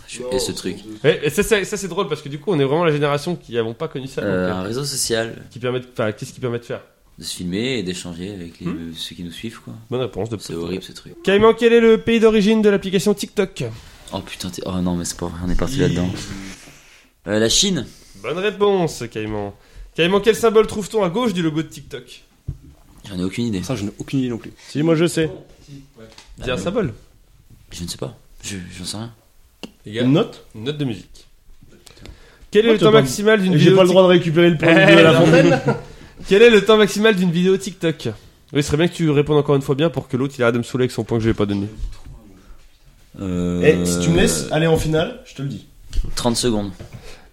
[SPEAKER 1] Je hais ce truc.
[SPEAKER 4] Eh, et ça, ça- ça, c'est drôle parce que du coup, on est vraiment la génération qui n'avons pas connu ça.
[SPEAKER 1] Euh,
[SPEAKER 4] donc,
[SPEAKER 1] un réseau social
[SPEAKER 4] euh, qui permet de- enfin, qu'est-ce qui permet de faire
[SPEAKER 1] de se filmer et d'échanger avec les,
[SPEAKER 6] Hmm.
[SPEAKER 1] ceux qui nous suivent quoi.
[SPEAKER 4] Bonne réponse de
[SPEAKER 1] C'est horrible ce truc.
[SPEAKER 4] Caïman, quel est le pays d'origine de l'application TikTok
[SPEAKER 1] Oh putain, t'es- oh non mais c'est pas vrai, on est parti là-dedans. Euh, la Chine
[SPEAKER 4] Bonne réponse, Caïman. Caïman, quel symbole trouve-t-on à gauche du logo de TikTok
[SPEAKER 1] J'en ai aucune idée.
[SPEAKER 3] Ça, je n'ai aucune idée non plus.
[SPEAKER 6] Si, moi je sais.
[SPEAKER 4] Dis
[SPEAKER 1] Euh.
[SPEAKER 4] un symbole.
[SPEAKER 1] Je ne sais pas. Je- J'en sais rien.
[SPEAKER 6] Une note
[SPEAKER 4] Une note de musique. Quel est le
[SPEAKER 6] Ouais, t'as
[SPEAKER 4] temps
[SPEAKER 6] pas-
[SPEAKER 4] maximal d'une
[SPEAKER 6] Et J'ai
[SPEAKER 4] vidéo
[SPEAKER 6] pas le droit de récupérer le point
[SPEAKER 4] Eh,
[SPEAKER 6] de la
[SPEAKER 4] non.
[SPEAKER 6] fontaine
[SPEAKER 4] (laughs) Quel est le temps maximal d'une vidéo TikTok Oui, ce serait bien que tu répondes encore une fois bien pour que l'autre il arrête de me saouler avec son point que je lui ai pas donné.
[SPEAKER 1] Euh,
[SPEAKER 6] (laughs) Eh, si tu me laisses aller en finale, je te le dis.
[SPEAKER 1] 30 secondes.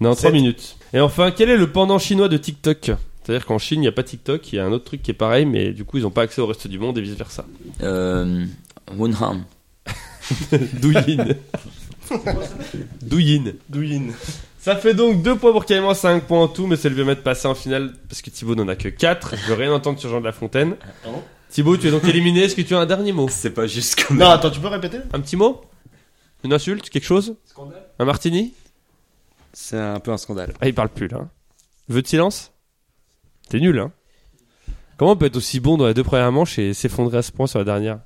[SPEAKER 4] Non, 3
[SPEAKER 6] Sept.
[SPEAKER 4] minutes. Et enfin, quel est le pendant chinois de TikTok C'est-à-dire qu'en Chine, il n'y a pas TikTok, il y a un autre truc qui est pareil, mais du coup, ils n'ont pas accès au reste du monde et vice-versa.
[SPEAKER 1] Euh, Wonham.
[SPEAKER 4] Douyin. Douyin.
[SPEAKER 6] Douyin.
[SPEAKER 4] Ça fait donc 2 points pour Caïman, 5 points en tout, mais c'est le biomètre passé en finale parce que Thibaut n'en a que 4. Je veux rien entendre sur Jean de la Fontaine.
[SPEAKER 6] Pardon
[SPEAKER 4] Thibaut, tu es donc éliminé. Est-ce que tu as un dernier mot
[SPEAKER 3] C'est pas juste comme.
[SPEAKER 6] Non, attends, tu peux répéter
[SPEAKER 4] Un petit mot Une insulte Quelque chose Un martini
[SPEAKER 3] C'est un peu un scandale.
[SPEAKER 4] Ah, il parle plus là. Vœu de silence T'es nul, hein Comment on peut être aussi bon dans les deux premières manches et s'effondrer à ce point sur la dernière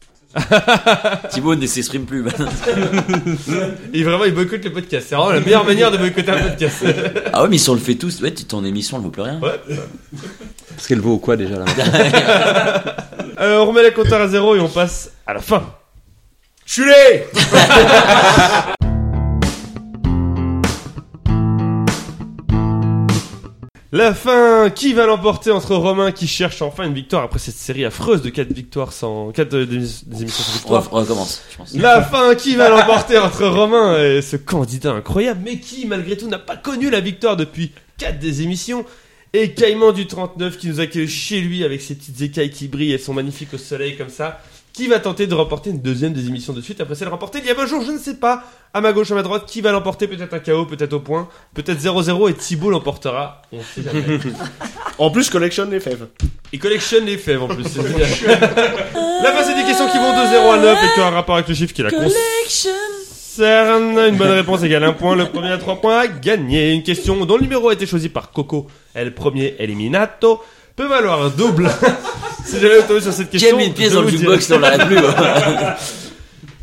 [SPEAKER 1] Thibaut ne s'exprime plus. bah. maintenant.
[SPEAKER 4] Et vraiment, il boycotte le podcast. C'est vraiment la meilleure manière de boycotter un podcast.
[SPEAKER 1] ah ouais, mais si on le fait tous, ouais, tu- ton émission elle vaut plus rien.
[SPEAKER 3] Parce qu'elle vaut au quoi déjà là
[SPEAKER 4] Alors, Euh, on remet les compteurs à zéro et on passe à la fin.
[SPEAKER 3] Chulé
[SPEAKER 4] La fin Qui va l'emporter entre Romain qui cherche enfin une victoire après cette série affreuse de 4 victoires sans... 4 des émissions sans
[SPEAKER 1] On,
[SPEAKER 4] victoire
[SPEAKER 1] re- on recommence, je pense.
[SPEAKER 4] La fin qui va l'emporter entre Romain et ce candidat incroyable, mais qui malgré tout n'a pas connu la victoire depuis 4 des émissions. Et Caïman du 39 qui nous accueille chez lui avec ses petites écailles qui brillent, elles sont magnifiques au soleil comme ça. Qui va tenter de remporter une deuxième des émissions de suite après celle remportée il y a 20 jours Je ne sais pas. À ma gauche, à ma droite, qui va l'emporter Peut-être un KO, peut-être au point, peut-être 0-0 et Thibault l'emportera. On sait jamais.
[SPEAKER 6] En plus, je collectionne les fèves.
[SPEAKER 4] Il collectionne les fèves en plus. c'est génial. Là, bas c'est des questions qui vont de 0 à 9 et qui ont un rapport avec le chiffre qui la concerne. Une bonne réponse égale un point. Le premier à 3 points a gagné. Une question dont le numéro a été choisi par Coco, elle premier eliminato, peut valoir un double. (laughs) si j'avais tombé sur cette
[SPEAKER 1] J'ai
[SPEAKER 4] question,
[SPEAKER 1] mis une pièce
[SPEAKER 4] je
[SPEAKER 1] dans le
[SPEAKER 4] vous dirais.
[SPEAKER 1] jukebox, on l'arrête plus.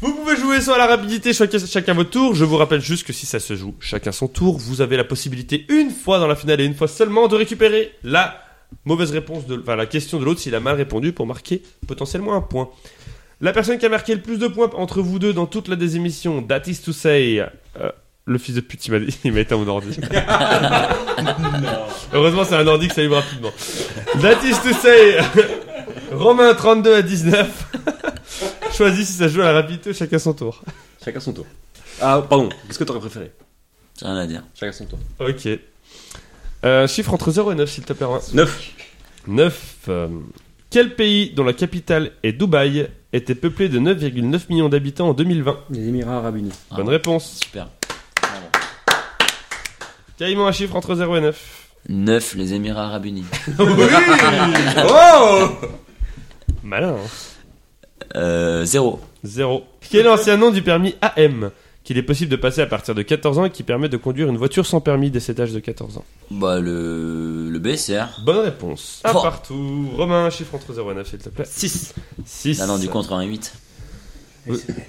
[SPEAKER 4] Vous pouvez jouer soit à la rapidité, chacun, chacun votre tour. Je vous rappelle juste que si ça se joue chacun son tour, vous avez la possibilité une fois dans la finale et une fois seulement de récupérer la mauvaise réponse de, enfin, la question de l'autre s'il a mal répondu pour marquer potentiellement un point. La personne qui a marqué le plus de points entre vous deux dans toute la désémission, that is to say, euh, le fils de pute, il m'a, il m'a éteint mon ordi. Heureusement, c'est un ordi qui s'allume rapidement. That is to say, Romain 32 à 19. Choisis si ça se joue à la rapidité ou chacun son tour.
[SPEAKER 3] Chacun son tour. Ah, pardon, qu'est-ce que t'aurais préféré
[SPEAKER 1] (laughs) J'ai rien à dire.
[SPEAKER 3] Chacun son tour.
[SPEAKER 4] Ok. Euh, chiffre entre 0 et 9, s'il te plaît, Romain.
[SPEAKER 3] 9.
[SPEAKER 4] 9. euh, quel pays dont la capitale est Dubaï était peuplé de 9,9 millions d'habitants en 2020
[SPEAKER 3] Les Émirats Arabes Unis.
[SPEAKER 1] Ah.
[SPEAKER 4] Bonne réponse.
[SPEAKER 1] Super.
[SPEAKER 4] Caïman, un chiffre entre 0 et 9.
[SPEAKER 1] 9. Les Émirats Arabes Unis.
[SPEAKER 4] (laughs)
[SPEAKER 3] Oh
[SPEAKER 4] Malin. hein.
[SPEAKER 1] Euh, 0.
[SPEAKER 4] 0. Quel est l'ancien nom du permis AM qu'il est possible de passer à partir de 14 ans et qui permet de conduire une voiture sans permis dès cet âge de 14 ans
[SPEAKER 1] Bah, le, le BSR.
[SPEAKER 4] Bonne réponse. Un
[SPEAKER 1] Oh.
[SPEAKER 4] partout. Romain, un chiffre entre 0 et 9, s'il te plaît.
[SPEAKER 3] 6.
[SPEAKER 4] 6.
[SPEAKER 1] Ah non, du contre 8.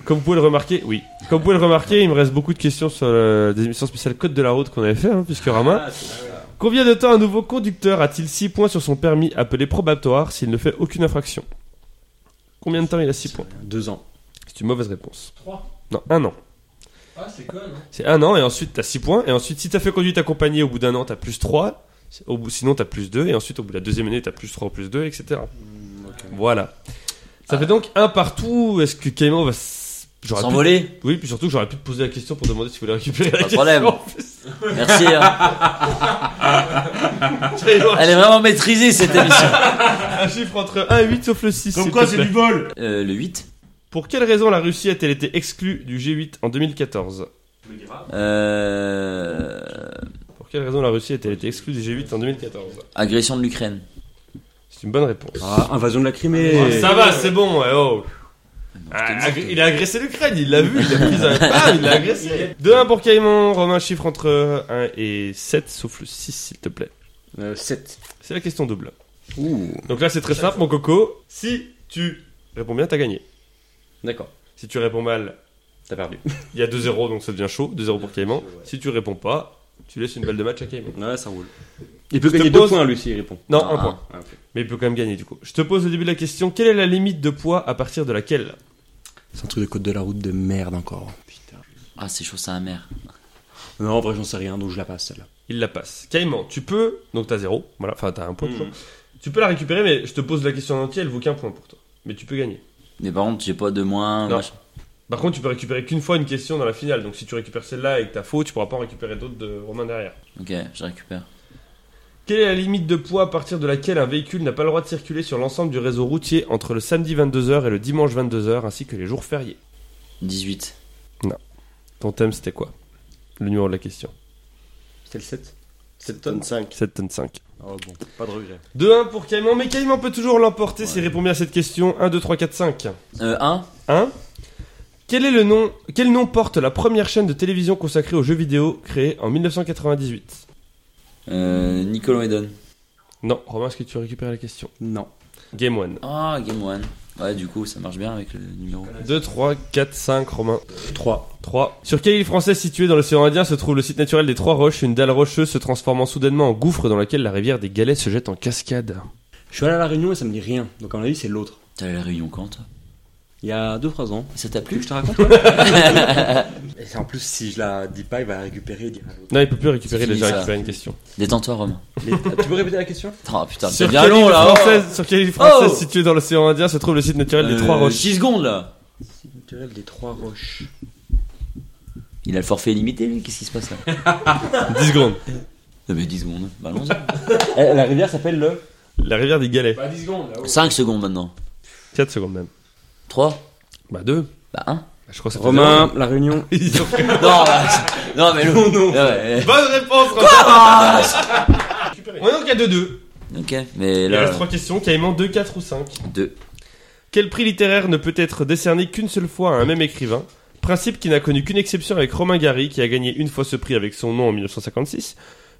[SPEAKER 4] Comme vous pouvez le remarquer, oui. Comme vous pouvez le remarquer, il me reste beaucoup de questions sur la- des émissions spéciales Code de la route qu'on avait fait, hein, puisque Romain. Combien de temps un nouveau conducteur a-t-il 6 points sur son permis appelé probatoire s'il ne fait aucune infraction Combien de temps il a 6 points
[SPEAKER 3] 2 ans.
[SPEAKER 4] C'est une mauvaise réponse.
[SPEAKER 7] 3.
[SPEAKER 4] Non, un an.
[SPEAKER 7] Ah, c'est con, hein.
[SPEAKER 4] C'est un an et ensuite t'as 6 points. Et ensuite, si t'as fait conduite accompagnée au bout d'un an, t'as plus 3. Au bout, sinon, t'as plus 2. Et ensuite, au bout de la deuxième année, t'as plus 3, plus 2, etc. Voilà. Ça fait donc un partout. Est-ce que Caïman va s- j'aurais pu-
[SPEAKER 1] S'envoler
[SPEAKER 4] Oui, puis surtout, j'aurais pu te poser la question pour demander si vous voulez récupérer la
[SPEAKER 1] Pas de
[SPEAKER 4] question.
[SPEAKER 1] problème. Merci. hein. Elle est vraiment maîtrisée cette émission.
[SPEAKER 4] (laughs) Un chiffre entre 1 et 8 sauf le 6. s'il
[SPEAKER 6] Comme quoi,
[SPEAKER 4] te
[SPEAKER 6] c'est
[SPEAKER 4] plaît.
[SPEAKER 6] du bol
[SPEAKER 1] Euh, le 8.
[SPEAKER 4] Pour quelle raison la Russie a-t-elle été exclue du G8 en 2014
[SPEAKER 1] Euh,
[SPEAKER 4] Pour quelle raison la Russie a-t-elle été exclue du G8 en 2014
[SPEAKER 1] agression de l'Ukraine.
[SPEAKER 4] C'est une bonne réponse.
[SPEAKER 3] Ah, invasion de la Crimée.
[SPEAKER 4] Ah, ça va, c'est bon. ouais, oh. Ah, agré- il a agressé l'Ukraine, il l'a vu, il a pris un bam, il l'a agressé. 2-1 pour Caïman, Romain, chiffre entre 1 et 7, sauf le 6, s'il te plaît.
[SPEAKER 3] 7.
[SPEAKER 4] C'est la question double.
[SPEAKER 3] Ouh.
[SPEAKER 4] Donc là, c'est très simple, mon coco. Si tu réponds bien, t'as gagné.
[SPEAKER 3] D'accord.
[SPEAKER 4] Si tu réponds mal,
[SPEAKER 3] T'as perdu.
[SPEAKER 4] il y a 2-0, donc ça devient chaud. 2-0 pour Caïman. Si tu réponds pas, tu laisses une balle de match à Caïman.
[SPEAKER 3] Ouais, ça roule. Il peut
[SPEAKER 4] Je te
[SPEAKER 3] gagner 2
[SPEAKER 4] pose-
[SPEAKER 3] points, lui, s'il répond.
[SPEAKER 4] Non,
[SPEAKER 1] Ah,
[SPEAKER 4] un point.
[SPEAKER 3] Ah, ok.
[SPEAKER 4] Mais il peut quand même gagner, du coup. Je te pose au début de la question. Quelle est la limite de poids à partir de laquelle
[SPEAKER 3] C'est un truc de code de la route de merde encore. Putain.
[SPEAKER 1] Ah, c'est chaud, c'est amer.
[SPEAKER 3] Non, en vrai, j'en sais rien, donc je la passe, celle-là.
[SPEAKER 4] Il la passe. Caïman, tu peux. Donc t'as 0. Voilà, enfin t'as un
[SPEAKER 3] Hmm.
[SPEAKER 4] point toujours. Tu peux la récupérer, mais je te pose la question en entier, elle vaut qu'un point pour toi. Mais tu peux gagner.
[SPEAKER 1] Mais par contre, j'ai pas de moins.
[SPEAKER 4] Non.
[SPEAKER 1] machin.
[SPEAKER 4] Par contre, tu peux récupérer qu'une fois une question dans la finale. Donc si tu récupères celle-là et que t'as faux, tu pourras pas en récupérer d'autres de Romain derrière.
[SPEAKER 1] Ok, je récupère.
[SPEAKER 4] Quelle est la limite de poids à partir de laquelle un véhicule n'a pas le droit de circuler sur l'ensemble du réseau routier entre le samedi 22h et le dimanche 22h ainsi que les jours fériés
[SPEAKER 1] 18.
[SPEAKER 4] Ton thème c'était quoi Le numéro de la question
[SPEAKER 3] C'était le 7
[SPEAKER 6] 7 tonnes 5.
[SPEAKER 4] 7 tonnes 5.
[SPEAKER 3] Oh bon, pas de regret.
[SPEAKER 4] 2-1 pour Caïman, mais Caïman peut toujours l'emporter s'il répond bien à cette question. 1, 2, 3, 4, 5.
[SPEAKER 1] Euh, 1.
[SPEAKER 4] 1. Quel est le nom Quel nom porte la première chaîne de télévision consacrée aux jeux vidéo créée en 1998
[SPEAKER 1] Euh, Nickelodeon.
[SPEAKER 4] Non, Romain, est-ce que tu récupères la question
[SPEAKER 3] Non.
[SPEAKER 4] Game 1.
[SPEAKER 1] Ah, Game One. Ouais, du coup, ça marche bien avec le numéro.
[SPEAKER 4] 2, 3, 4, 5, Romain.
[SPEAKER 3] 3.
[SPEAKER 4] 3. Sur quelle île française située dans l'océan Indien se trouve le site naturel des Trois Roches, une dalle rocheuse se transformant soudainement en gouffre dans laquelle la rivière des Galets se jette en cascade
[SPEAKER 3] Je suis allé à la réunion et ça me dit rien. Donc, à mon avis, c'est l'autre.
[SPEAKER 1] T'as la réunion quand toi
[SPEAKER 3] Il y a 2-3 ans.
[SPEAKER 1] Ça t'a plu
[SPEAKER 3] Plus que je te raconte (laughs) Et en plus, si je la dis pas, il va la récupérer et dire à l'autre.
[SPEAKER 4] Non, il peut plus récupérer,
[SPEAKER 1] C'est
[SPEAKER 4] il a
[SPEAKER 1] fini,
[SPEAKER 4] déjà
[SPEAKER 1] ça.
[SPEAKER 4] récupéré une question.
[SPEAKER 1] Détends-toi, Romain.
[SPEAKER 3] Les- Ah, Tu peux répéter la question
[SPEAKER 1] Oh putain, c'est
[SPEAKER 4] Sur
[SPEAKER 1] bien
[SPEAKER 4] quelle,
[SPEAKER 1] long
[SPEAKER 4] île
[SPEAKER 1] là oh
[SPEAKER 4] française, sur quelle île française
[SPEAKER 1] Oh
[SPEAKER 4] située dans l'océan Indien se trouve le site naturel des
[SPEAKER 1] Euh,
[SPEAKER 4] Trois Roches
[SPEAKER 1] 6 secondes là
[SPEAKER 3] Naturel des trois roches.
[SPEAKER 1] Il a le forfait illimité lui, qu'est-ce qui se passe là
[SPEAKER 4] 10 secondes.
[SPEAKER 1] Non mais 10 secondes, bah allons-y.
[SPEAKER 3] Eh, La rivière s'appelle le.
[SPEAKER 4] La rivière des Galets.
[SPEAKER 7] Bah, 10 secondes, là-haut.
[SPEAKER 1] 5 secondes maintenant.
[SPEAKER 4] 4 secondes même.
[SPEAKER 1] 3
[SPEAKER 4] Bah 2.
[SPEAKER 1] Bah 1
[SPEAKER 4] je crois que ça fait
[SPEAKER 3] Romain, la Réunion.
[SPEAKER 4] zéro. (laughs) Ils ont fait-
[SPEAKER 1] Non, bah, (laughs) non mais le... Ah, Ouais,
[SPEAKER 4] Bonne réponse, Romain On est donc à 2-2.
[SPEAKER 1] ouais. Ok, mais
[SPEAKER 4] Il reste
[SPEAKER 1] là...
[SPEAKER 4] 3 questions, Caïman 2, 4 ou 5.
[SPEAKER 1] 2.
[SPEAKER 4] Quel prix littéraire ne peut être décerné qu'une seule fois à un même écrivain Principe qui n'a connu qu'une exception avec Romain Gary, qui a gagné une fois ce prix avec son nom en 1956,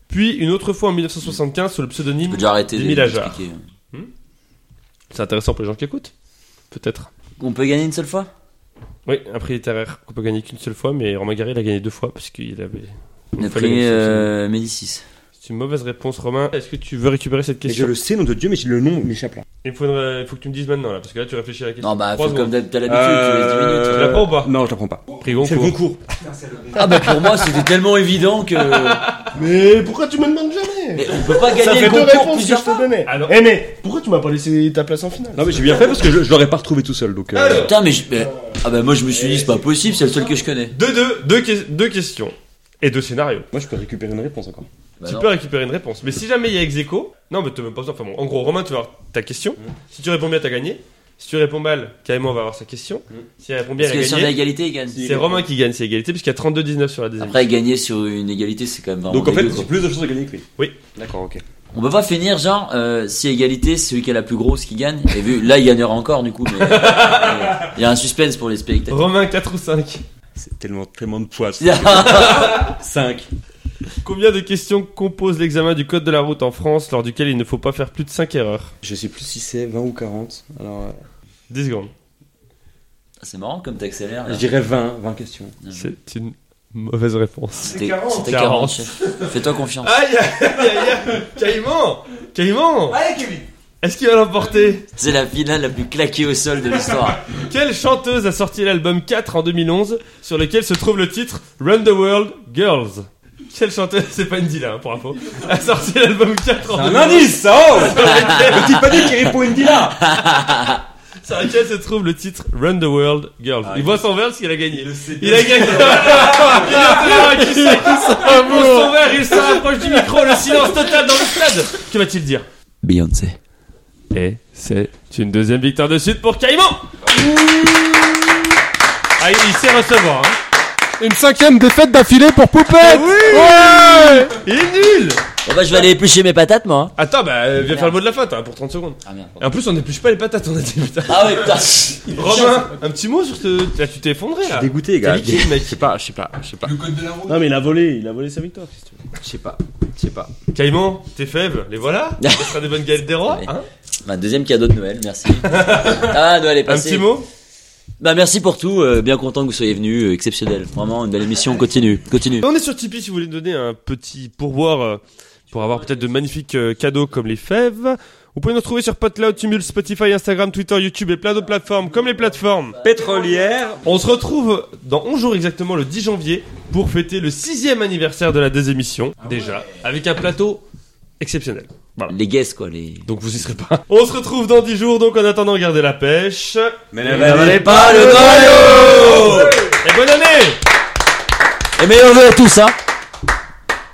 [SPEAKER 4] puis une autre fois en 1975 sous le
[SPEAKER 1] Je
[SPEAKER 4] pseudonyme.
[SPEAKER 1] peux déjà arrêter
[SPEAKER 4] Des mille à jarre.
[SPEAKER 1] d'expliquer.
[SPEAKER 4] C'est intéressant pour les gens qui écoutent Peut-être.
[SPEAKER 1] On peut gagner une seule fois
[SPEAKER 4] Oui, un prix littéraire qu'on peut gagner qu'une seule fois, mais Romain Gary l'a gagné deux fois parce qu'il avait.
[SPEAKER 1] Le
[SPEAKER 4] il fallait
[SPEAKER 1] prix
[SPEAKER 4] gagner ça,
[SPEAKER 1] euh, Médicis.
[SPEAKER 4] C'est une mauvaise réponse, Romain. Est-ce que tu veux récupérer cette
[SPEAKER 3] Et je
[SPEAKER 4] question
[SPEAKER 3] le sais, nom de Dieu, mais le nom m'échappe là.
[SPEAKER 4] il, faut une- il faut que tu me dises maintenant, là, parce que là, tu réfléchis à la question.
[SPEAKER 1] Non, bah,
[SPEAKER 4] Trois
[SPEAKER 1] fais comme
[SPEAKER 4] secondes.
[SPEAKER 1] d'hab- t'as l'habitude, tu laisses 10 minutes.
[SPEAKER 4] Tu la prends ou pas
[SPEAKER 3] Non, je la prends pas.
[SPEAKER 4] Prix Goncourt.
[SPEAKER 3] Euh, C'est le concours.
[SPEAKER 1] Ah, bah, pour moi, c'était tellement évident que.
[SPEAKER 6] Mais pourquoi tu me demandes jamais
[SPEAKER 1] Mais on peut pas
[SPEAKER 6] Ça
[SPEAKER 1] gagner
[SPEAKER 6] fait
[SPEAKER 1] le
[SPEAKER 6] deux
[SPEAKER 1] concours
[SPEAKER 6] réponses que
[SPEAKER 1] plusieurs
[SPEAKER 6] je te
[SPEAKER 1] fois.
[SPEAKER 6] donnais.
[SPEAKER 4] Alors-
[SPEAKER 6] Eh mais pourquoi tu m'as pas laissé ta place en finale
[SPEAKER 3] Non, mais j'ai bien fait parce que je, je l'aurais pas retrouvé tout seul. Donc, euh,
[SPEAKER 1] Putain, mais, je- mais- Ah, bah, moi, je me suis dit, c'est pas possible, c'est le seul que je connais.
[SPEAKER 4] Deux, deux, deux, que- deux questions. Et deux scénarios.
[SPEAKER 3] moi je peux récupérer une réponse encore.
[SPEAKER 1] Bah,
[SPEAKER 4] tu
[SPEAKER 1] non.
[SPEAKER 4] peux récupérer une réponse. Mais si jamais il y a ex aequo, non, mais t'as même pas besoin. Enfin bon, en gros, Romain, tu vas avoir ta question.
[SPEAKER 3] Mm.
[SPEAKER 4] Si tu réponds bien, t'as gagné. Si tu réponds mal, Caïman va avoir sa question.
[SPEAKER 3] Mm.
[SPEAKER 4] Si elle répond bien,
[SPEAKER 1] Parce
[SPEAKER 4] elle
[SPEAKER 1] que
[SPEAKER 4] a
[SPEAKER 1] si on a
[SPEAKER 4] gagné.
[SPEAKER 1] égalité, il gagne.
[SPEAKER 4] C'est Romain qui gagne, c'est égalité, puisqu'il y a 32-19 sur la deuxième.
[SPEAKER 1] Après, gagner sur une égalité, c'est quand même vraiment.
[SPEAKER 3] Donc en fait,
[SPEAKER 1] dégueu,
[SPEAKER 3] j'ai
[SPEAKER 1] quoi.
[SPEAKER 3] plus de chances de gagner que lui.
[SPEAKER 4] Oui.
[SPEAKER 3] D'accord, ok.
[SPEAKER 1] on peut pas finir genre euh, si égalité, c'est celui qui a la plus grosse qui gagne. Et vu, là, il gagnera encore du coup. mais- mais Il y a un suspense pour les spectateurs.
[SPEAKER 4] Romain, 4 ou 5
[SPEAKER 3] C'est tellement, tellement de poids.
[SPEAKER 1] Ah,
[SPEAKER 3] (laughs) 5.
[SPEAKER 4] Combien de questions compose l'examen du code de la route en France, lors duquel il ne faut pas faire plus de 5 erreurs
[SPEAKER 3] Je sais plus si c'est 20 ou 40. Alors, euh,
[SPEAKER 4] 10 secondes.
[SPEAKER 1] Ah, c'est marrant comme t'accélères. là.
[SPEAKER 3] je dirais 20, 20 questions.
[SPEAKER 4] C'est une mauvaise réponse.
[SPEAKER 1] C'était
[SPEAKER 7] 40.
[SPEAKER 1] c'était
[SPEAKER 4] 40.
[SPEAKER 1] 40. chef. Fais-toi confiance.
[SPEAKER 4] Aïe aïe aïe aïe Caïman Caïman
[SPEAKER 7] Allez, Kevin
[SPEAKER 4] Est-ce qu'il va l'emporter
[SPEAKER 1] C'est la finale la plus claquée au sol de l'histoire.
[SPEAKER 4] Quelle chanteuse a sorti l'album 4 en 2011 sur lequel se trouve le titre Run the World Girls Quelle chanteuse, c'est pas Indy là hein, pour info, a sorti l'album 4 en 2011
[SPEAKER 3] ça oh Petit panique qui répond une là
[SPEAKER 4] sur lequel se trouve le titre Run the World Girls Ah, Il voit son verre parce qu'il a gagné.
[SPEAKER 3] C'est
[SPEAKER 4] Il a gagné (laughs) Il a fait un qui sait- Il pose son verre, il se rapproche du micro, le silence total dans le stade Que va-t-il dire
[SPEAKER 1] Beyoncé.
[SPEAKER 4] Et c'est une deuxième victoire de suite pour Caïman Ah, il il sait recevoir hein
[SPEAKER 2] Une cinquième défaite d'affilée pour Poupette Ouais
[SPEAKER 4] Il est nul
[SPEAKER 1] Bon, bah, je vais aller éplucher mes patates, moi. hein.
[SPEAKER 4] Attends, bah, euh, viens
[SPEAKER 1] Merde.
[SPEAKER 4] faire le mot de la fin, t'as pour 30 secondes.
[SPEAKER 1] Ah merde.
[SPEAKER 4] Et en plus, on n'épluche pas les patates, on a dit putain.
[SPEAKER 1] Ah ouais, putain. (laughs)
[SPEAKER 4] Romain, un petit mot sur ce. Là, tu t'es effondré là.
[SPEAKER 3] dégoûté,
[SPEAKER 4] T'es
[SPEAKER 3] gars.
[SPEAKER 4] liquide, mec.
[SPEAKER 3] sais pas, je sais pas, je sais pas,
[SPEAKER 7] Le code de la route.
[SPEAKER 6] Non mais il a volé, il a volé sa victoire. qu'est-ce que tu veux
[SPEAKER 3] je sais pas, je sais pas.
[SPEAKER 4] Caïman, t'es faible,
[SPEAKER 3] (laughs)
[SPEAKER 4] les voilà. Ce sera des bonnes galettes des rois.
[SPEAKER 1] Ouais.
[SPEAKER 4] hein.
[SPEAKER 1] Ma Bah, deuxième cadeau de Noël, merci. Ah, Noël est
[SPEAKER 4] un
[SPEAKER 1] passé.
[SPEAKER 4] petit mot
[SPEAKER 1] Bah, merci pour tout. euh, bien content que vous soyez venus. euh, exceptionnel. Vraiment, une belle émission. Continue. Continue.
[SPEAKER 4] On est sur Tipeee si vous voulez nous donner un petit pourboire euh, pour avoir peut-être de magnifiques euh, cadeaux comme les fèves. Vous pouvez nous retrouver sur PodCloud, Tumul, Spotify, Instagram, Twitter, YouTube et plein d'autres plateformes comme les plateformes.
[SPEAKER 3] Pétrolière,
[SPEAKER 4] On se retrouve dans 11 jours exactement, le 10 janvier, pour fêter le sixième anniversaire de la désémission, déjà, avec un plateau exceptionnel.
[SPEAKER 1] Les guests, quoi. Les...
[SPEAKER 4] Donc vous y serez pas. On se retrouve dans 10 jours, donc en attendant, gardez la pêche.
[SPEAKER 3] mais
[SPEAKER 1] N'avalez pas le noyau
[SPEAKER 4] Et bonne année
[SPEAKER 1] Et meilleurs vœux à tous, hein